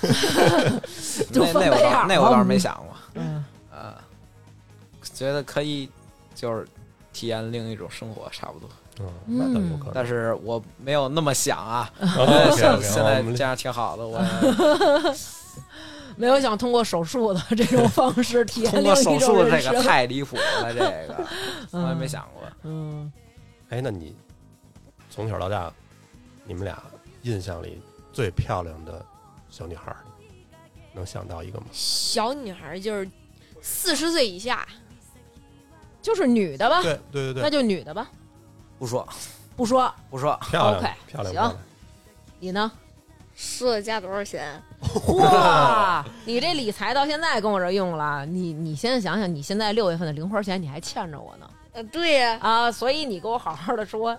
E: 那
D: 就翻
E: 那我
D: 白眼
E: 倒
D: 儿
E: 那我
D: 了
E: 倒是没想过，
D: 嗯，
E: 呃，觉得可以就是体验另一种生活，差不多。
B: 嗯，那倒有可能。
E: 但是我没有那么 想啊，我
B: 啊
E: 觉得
B: 对，OK，OK，
E: 现 现
B: 好
E: 在
B: 我们
E: 这样挺好的，我
D: 没有想通过手术的 这 种方式体验
E: 通
D: 另
E: 过
D: 一
E: 手
D: 种
E: 术这
D: 人
E: 个
D: 生。
E: 太离谱了，这 个从来没想过。
D: 嗯，
B: 哎，那你从小到大，你们俩印象里最漂亮的小女孩儿能想到一个吗？
F: 小女孩就是四十岁以下，
D: 就是女的吧，
B: 对对对对，
D: 那就女的吧，
E: 不说
D: 不说
E: 不说，
B: 漂亮
D: OK，
B: 漂亮，漂
D: 行
B: 亮
D: 你呢？
F: 输了加多少钱？
E: 啊
D: 哇，你这理财到现在跟我这用了，你你先想想，你现在六月份的零花钱你还欠着我呢
F: 呃，对呀、
D: 啊，所以你给我好好的说，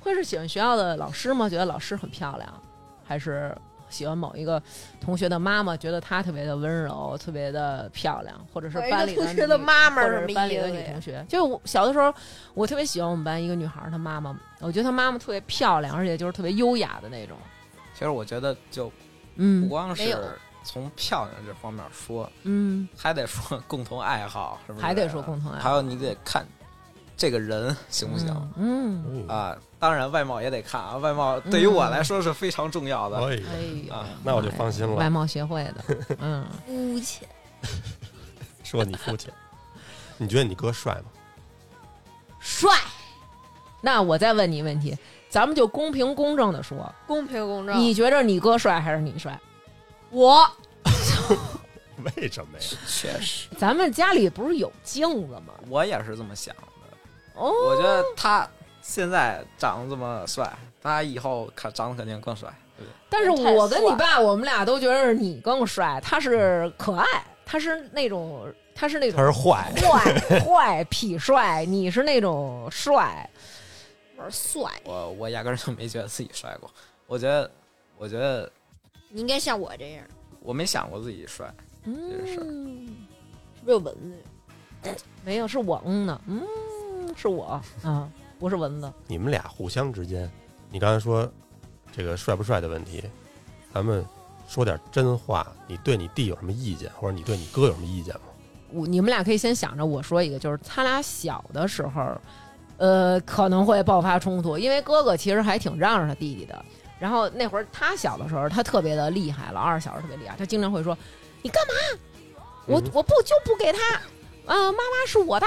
D: 会是喜欢学校的老师吗？觉得老师很漂亮，还是喜欢某一个同学的妈妈，觉得她特别的温柔，特别的漂亮，或 者是
F: 我一
D: 班
F: 个
D: 里的
F: 同学
D: 女
F: 的妈妈
D: 或
F: 儿什
D: 者是
F: 么
D: 班
F: 意
D: 里的
F: 思
D: 女
F: 呀
D: 同学。就是我小的时候，我特别喜欢我们班一个女孩儿，她妈妈，我觉得她妈妈特别漂亮，而且就是特别优雅的那种。
E: 其实我觉得就不
D: 嗯
E: 光
F: 没有
E: 是从漂亮这方面说，
D: 嗯，
E: 还得说共同爱好，是不是？
D: 还得说共同爱啊
E: 还
D: 好，
E: 有你得看这个人行不行
B: 嗯
D: 嗯，
E: 啊？当然外貌也得看啊，外貌对于我来说是非常重要的。
B: 哎
D: 嗯哎
B: 呀，
D: 呦
E: 啊
B: 那我就放心
D: 外
B: 了。
D: 贸协会 的，嗯，
F: 肤浅。
B: 说你肤浅，你觉得你哥帅吗？
D: 帅。那我再问你问题，咱们就公平公正的说，
F: 公平公正。
D: 你觉着你哥帅还是你帅？
F: 我
B: 为什么呀？
E: 确实，
D: 咱们家里不是有镜子吗？
E: 我也是这么想的。
D: 哦，
E: 我觉得他现在长得这么帅，他以后可长得肯定更帅，对不对？
D: 但是我跟你爸，我们俩都觉得是你更帅，他是可爱，他是那种他是那
B: 他是
D: 种
B: 坏，
D: 坏 坏痞帅，你是那种帅，
F: 我帅，
E: 我我压根儿就没觉得自己帅过。我觉得，我觉得
F: 你应该像我这样，
E: 我没想过自己帅。是
D: 嗯，
F: 是不是有蚊子？
D: 没有，是我嗯呢，嗯，是我啊，不是蚊子，
B: 你们俩互相之间，你刚才说这个帅不帅的问题，咱们说点真话。你对你弟有什么意见，或者你对你哥有什么意见吗？
D: 我你们俩可以先想着我说一个，就是他俩小的时候，呃，可能会爆发冲突，因为哥哥其实还挺让着他弟弟的。然后那会儿他小的时候，他特别的厉害，老二小时候特别厉害，他经常会说：“你干嘛？我
B: 嗯
D: 我不就不给他，啊，妈妈是我的，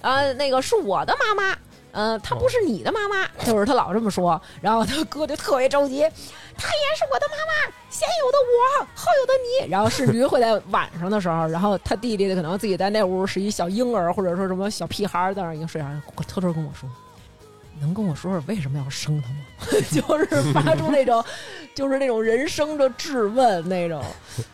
D: 啊，那个是我的妈妈。”呃，她不是你的妈妈，就是他老这么说，然后他哥就特别着急，她也是我的妈妈，先有的我，后有的你。然后甚至于会在晚上的时候，然后他弟弟可能自己在那屋是一小婴儿，或者说什么小屁孩儿，在那儿已经睡着了，偷偷跟我说：“你能跟我说说为什么要生他吗？”就是发出那种，就是那种人生的质问那种。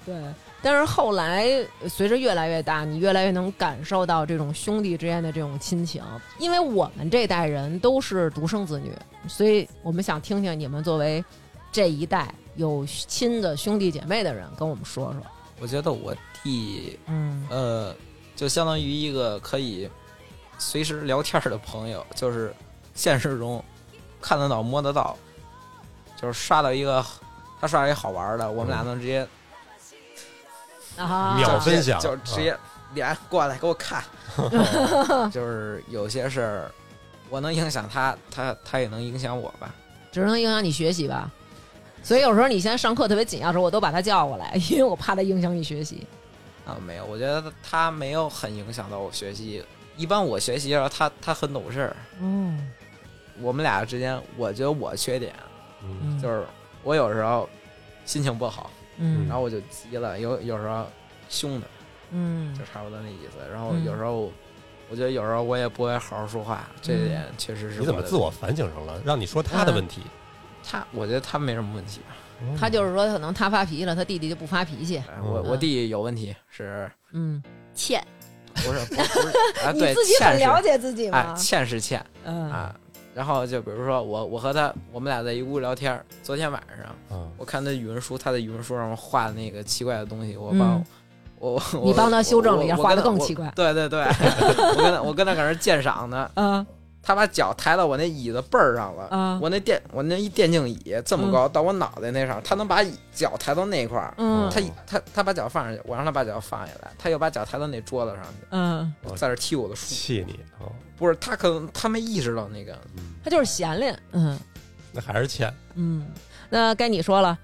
D: 对，但是后来随着越来越大，你越来越能感受到这种兄弟之间的这种亲情，因为我们这代人都是独生子女，所以我们想听听你们作为这一代有亲的兄弟姐妹的人跟我们说说。
E: 我觉得我弟
D: 嗯
E: 呃，就相当于一个可以随时聊天儿的朋友，就是现实中看得到、摸得到，就是刷到一个他刷到一好玩儿的，我们俩能直接、
D: 啊，
B: 秒
E: 就直
B: 嗯
E: 接
B: 分享嗯
E: 就直接脸过来给我看，就是有些事儿我能影响他，他他也能影响我吧。
D: 只能影响你学习吧。所以有时候你现在上课特别紧要的时候，我都把他叫过来，因为我怕他影响你学习。
E: 啊，没有，我觉得他没有很影响到我学习。一般我学习，然后他他很懂事儿。
D: 嗯，
E: 我们俩之间，我觉得我缺点
B: 嗯，
E: 就是我有时候心情不好，
D: 嗯
E: 然后我就急了，有有时候凶的，
D: 嗯
E: 就差不多那意思。然后
D: 嗯
E: 有时候，我觉得有时候我也不会好好说话，这一点确实
B: 嗯
E: 是。
B: 你怎么自我？反省上了？让你说他的问题，
E: 他我觉得他没什么问题。
D: 嗯他就是说，可能他发脾气了，他弟弟就不发脾气。
E: 哎我
D: 嗯
E: 我弟有问题，是
D: 嗯，
F: 欠
E: 不是不是不是？ 啊，
D: 你
E: 对，
D: 自己
E: 欠
D: 很
E: 是
D: 了解自己
E: 哎，
D: 吗？
E: 欠是欠
D: 嗯
E: 啊。然后就比如说我我和他，我们俩在一屋聊天儿。昨天晚上
B: 嗯，
E: 我看他语文书，他在语文书上画的那个奇怪的东西，我帮
D: 嗯
E: 我我
D: 你帮他修正了一下
E: 我我
D: 画得
E: 跟他
D: 更
E: 我
D: 奇怪
E: 对对对， 我跟他我跟他搁那儿鉴赏呢，
D: 啊
E: 他把脚抬到我那椅子背儿上了。
D: 啊
E: 我那电我那一电竞椅这么高，到我脑袋那上，他能把椅脚抬到那块儿。
D: 嗯
E: 他他他把脚放上去，我让他把脚放下来，他又把脚抬到那桌子上去，
D: 嗯，
E: 我在这踢我的书。
B: 气你哦，
E: 不是他可能他没意识到那个，
B: 嗯
D: 他就是闲练。嗯
B: 那还是欠。
D: 嗯，那该你说了。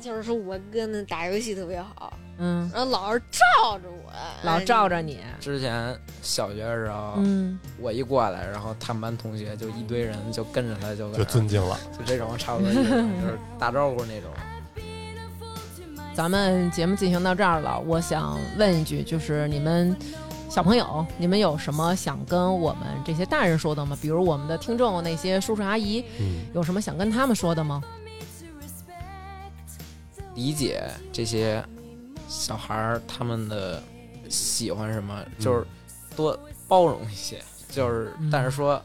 F: 就是说我哥呢打游戏特别好，
D: 嗯，
F: 然后老是罩着我，哎
D: 老罩着哎你。
E: 之前小学的时候，
D: 嗯
E: 我一过来，然后他们班同学就一堆人就跟着他，就搁那
B: 就
E: 儿
B: 尊敬了，
E: 就这种差不多意思就是打招呼那种。
C: 咱们节目进行到这儿了，我想问一句，就是你们小朋友，你们有什么想跟我们这些大人说的吗？比如我们的听众那些叔叔阿姨，
B: 嗯，
C: 有什么想跟他们说的吗？
E: 理解这些小孩儿他们的喜欢什么，就是
B: 嗯
E: 多包容一些，就是
C: 嗯
E: 但是说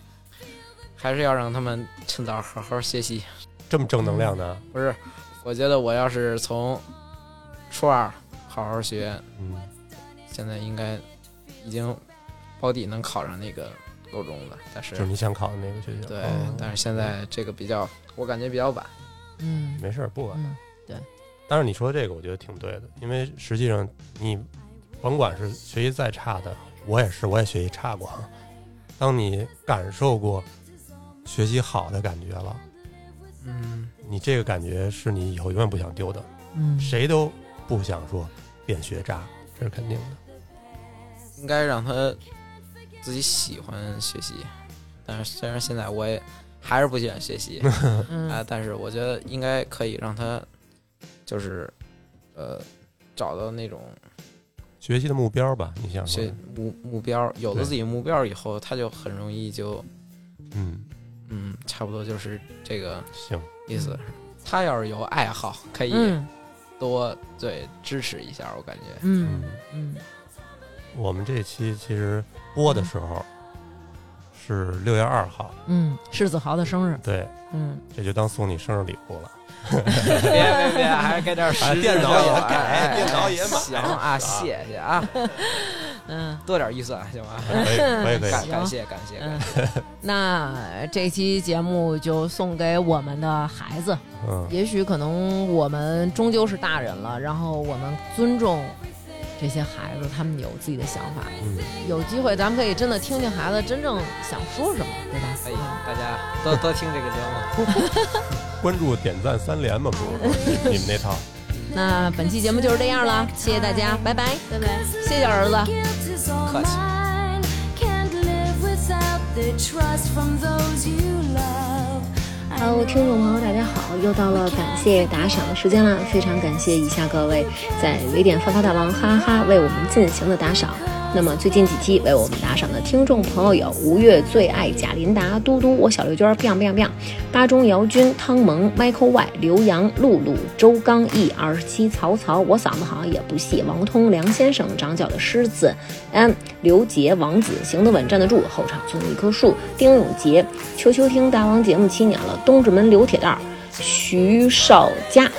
E: 还是要让他们趁早好好学习。
B: 这么正能量的，
E: 不是，我觉得我要是从初二好好学，
B: 嗯，
E: 现在应该已经保底能考上那个高中了，但是
B: 就是你想考的那个学校，
E: 对
B: 哦，
E: 但是现在这个比较，我感觉比较晚。
C: 嗯
B: 没事儿不晚。
C: 嗯，
B: 但是你说这个，我觉得挺对的，因为实际上你甭管是学习再差的，我也是，我也学习差过啊。当你感受过学习好的感觉了，
E: 嗯，
B: 你这个感觉是你以后永远不想丢的。
C: 嗯，
B: 谁都不想说变学渣，这是肯定的。
E: 应该让他自己喜欢学习，但是虽然现在我也还是不喜欢学习啊、
C: 嗯
E: 但是我觉得应该可以让他就是呃找到那种
B: 学习的目标吧，你想
E: 学
B: 想，
E: 目目标，有了
B: 对
E: 自己目标以后，他就很容易就
B: 嗯，
E: 嗯，差不多就是这个
B: 行，
E: 意思。他要是有爱好，可以
C: 嗯
E: 多、对支持一下，我感觉。
C: 嗯
B: 嗯，
C: 嗯
B: 我们这期其实播的时候是六月二号，
C: 嗯，是子豪的生日，
B: 对，
C: 嗯，
B: 这就当送你生日礼物 了。
E: 别别别，还给点
B: 啊
E: 实
B: 电脑也
E: 哎
B: 改
E: 哎
B: 电脑也买
E: 行啊，谢谢啊，
C: 嗯，
E: 多点预算行吗？
B: 可以，可以，可以，
E: 感感谢感谢，感谢
C: 那这期节目就送给我们的孩子，
B: 嗯，
C: 也许可能我们终究是大人了，然后我们尊重这些孩子，他们有自己的想法。
B: 嗯，
C: 有机会咱们可以真的听听孩子真正想说什么，对吧？
E: 哎呀，大家多多听这个节目，
B: 关注、点赞三连嘛，不是 你们那套。
C: 那本期节目就是这样了，谢谢大家，拜拜，拜拜，谢谢儿子。
A: Guilt is all
E: Cut.
A: mine. Can't live without the trust from those you love. I
H: 喽，
A: know
H: 听众朋友，大家好！又到了感谢打赏的时间啦，非常感谢以下各位在围点发发大王哈哈为我们进行的打赏。那么最近几期为我们打赏的听众朋友有吴越最爱贾琳达、嘟嘟、我小刘娟、biang biang biang、巴中姚军、汤萌、Michael Y、刘洋、露露、周刚毅、二十七、曹操、我嗓子好像也不细、王通、梁先生、长脚的狮子、安、刘杰、王子、行得稳站得住、后场村的一棵树、丁永杰、秋秋听大王节目七年了，东直门刘铁蛋儿、徐少佳、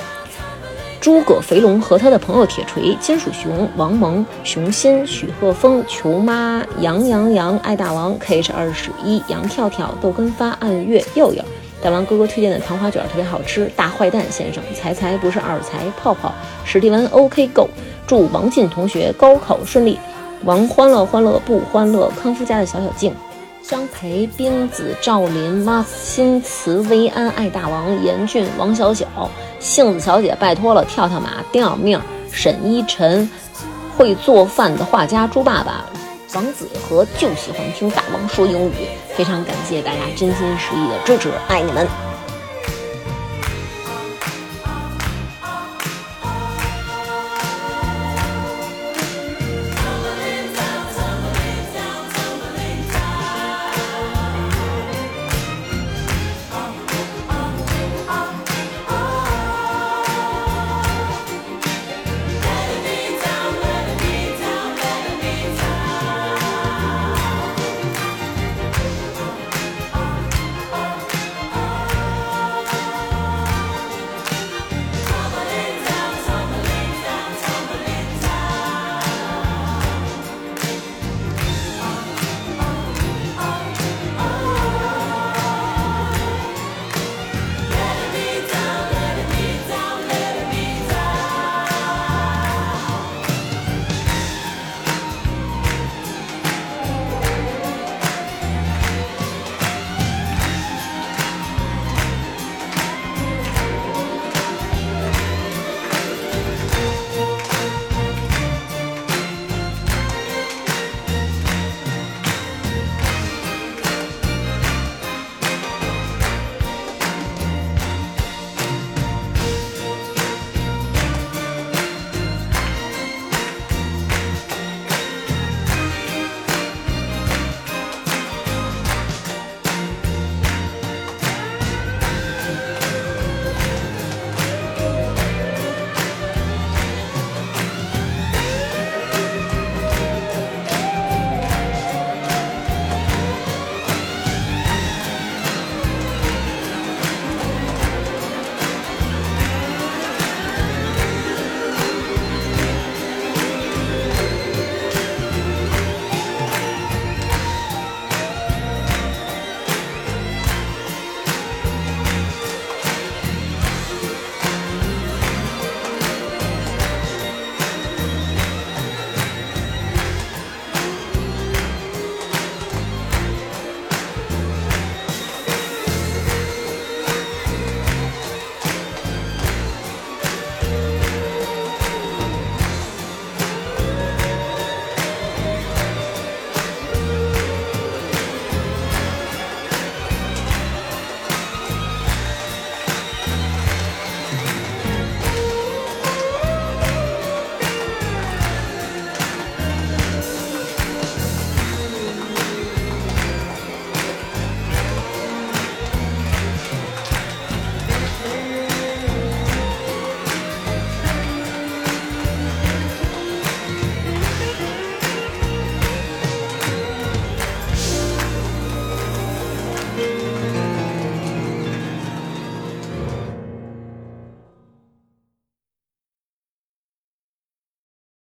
H: 诸葛肥龙和他的朋友铁锤、金属熊、王蒙、熊心、许鹤峰、球妈、杨洋洋、爱大王、KH 二十一、杨跳跳、豆根发、暗月、佑佑。大王哥哥推荐的糖花卷儿特别好吃，大坏蛋先生、财财不是二财、泡泡、史蒂文 OK Go，祝王进同学高考顺利，王欢乐欢乐不欢乐，康夫家的小小静。张培、冰子、赵林、马新慈、薇安、爱大王、严俊、王小小、杏子小姐，拜托了，跳跳马、丁小命、沈依晨、会做饭的画家猪爸爸、王子和就喜欢听大王说英语，非常感谢大家真心实意的支持，爱你们。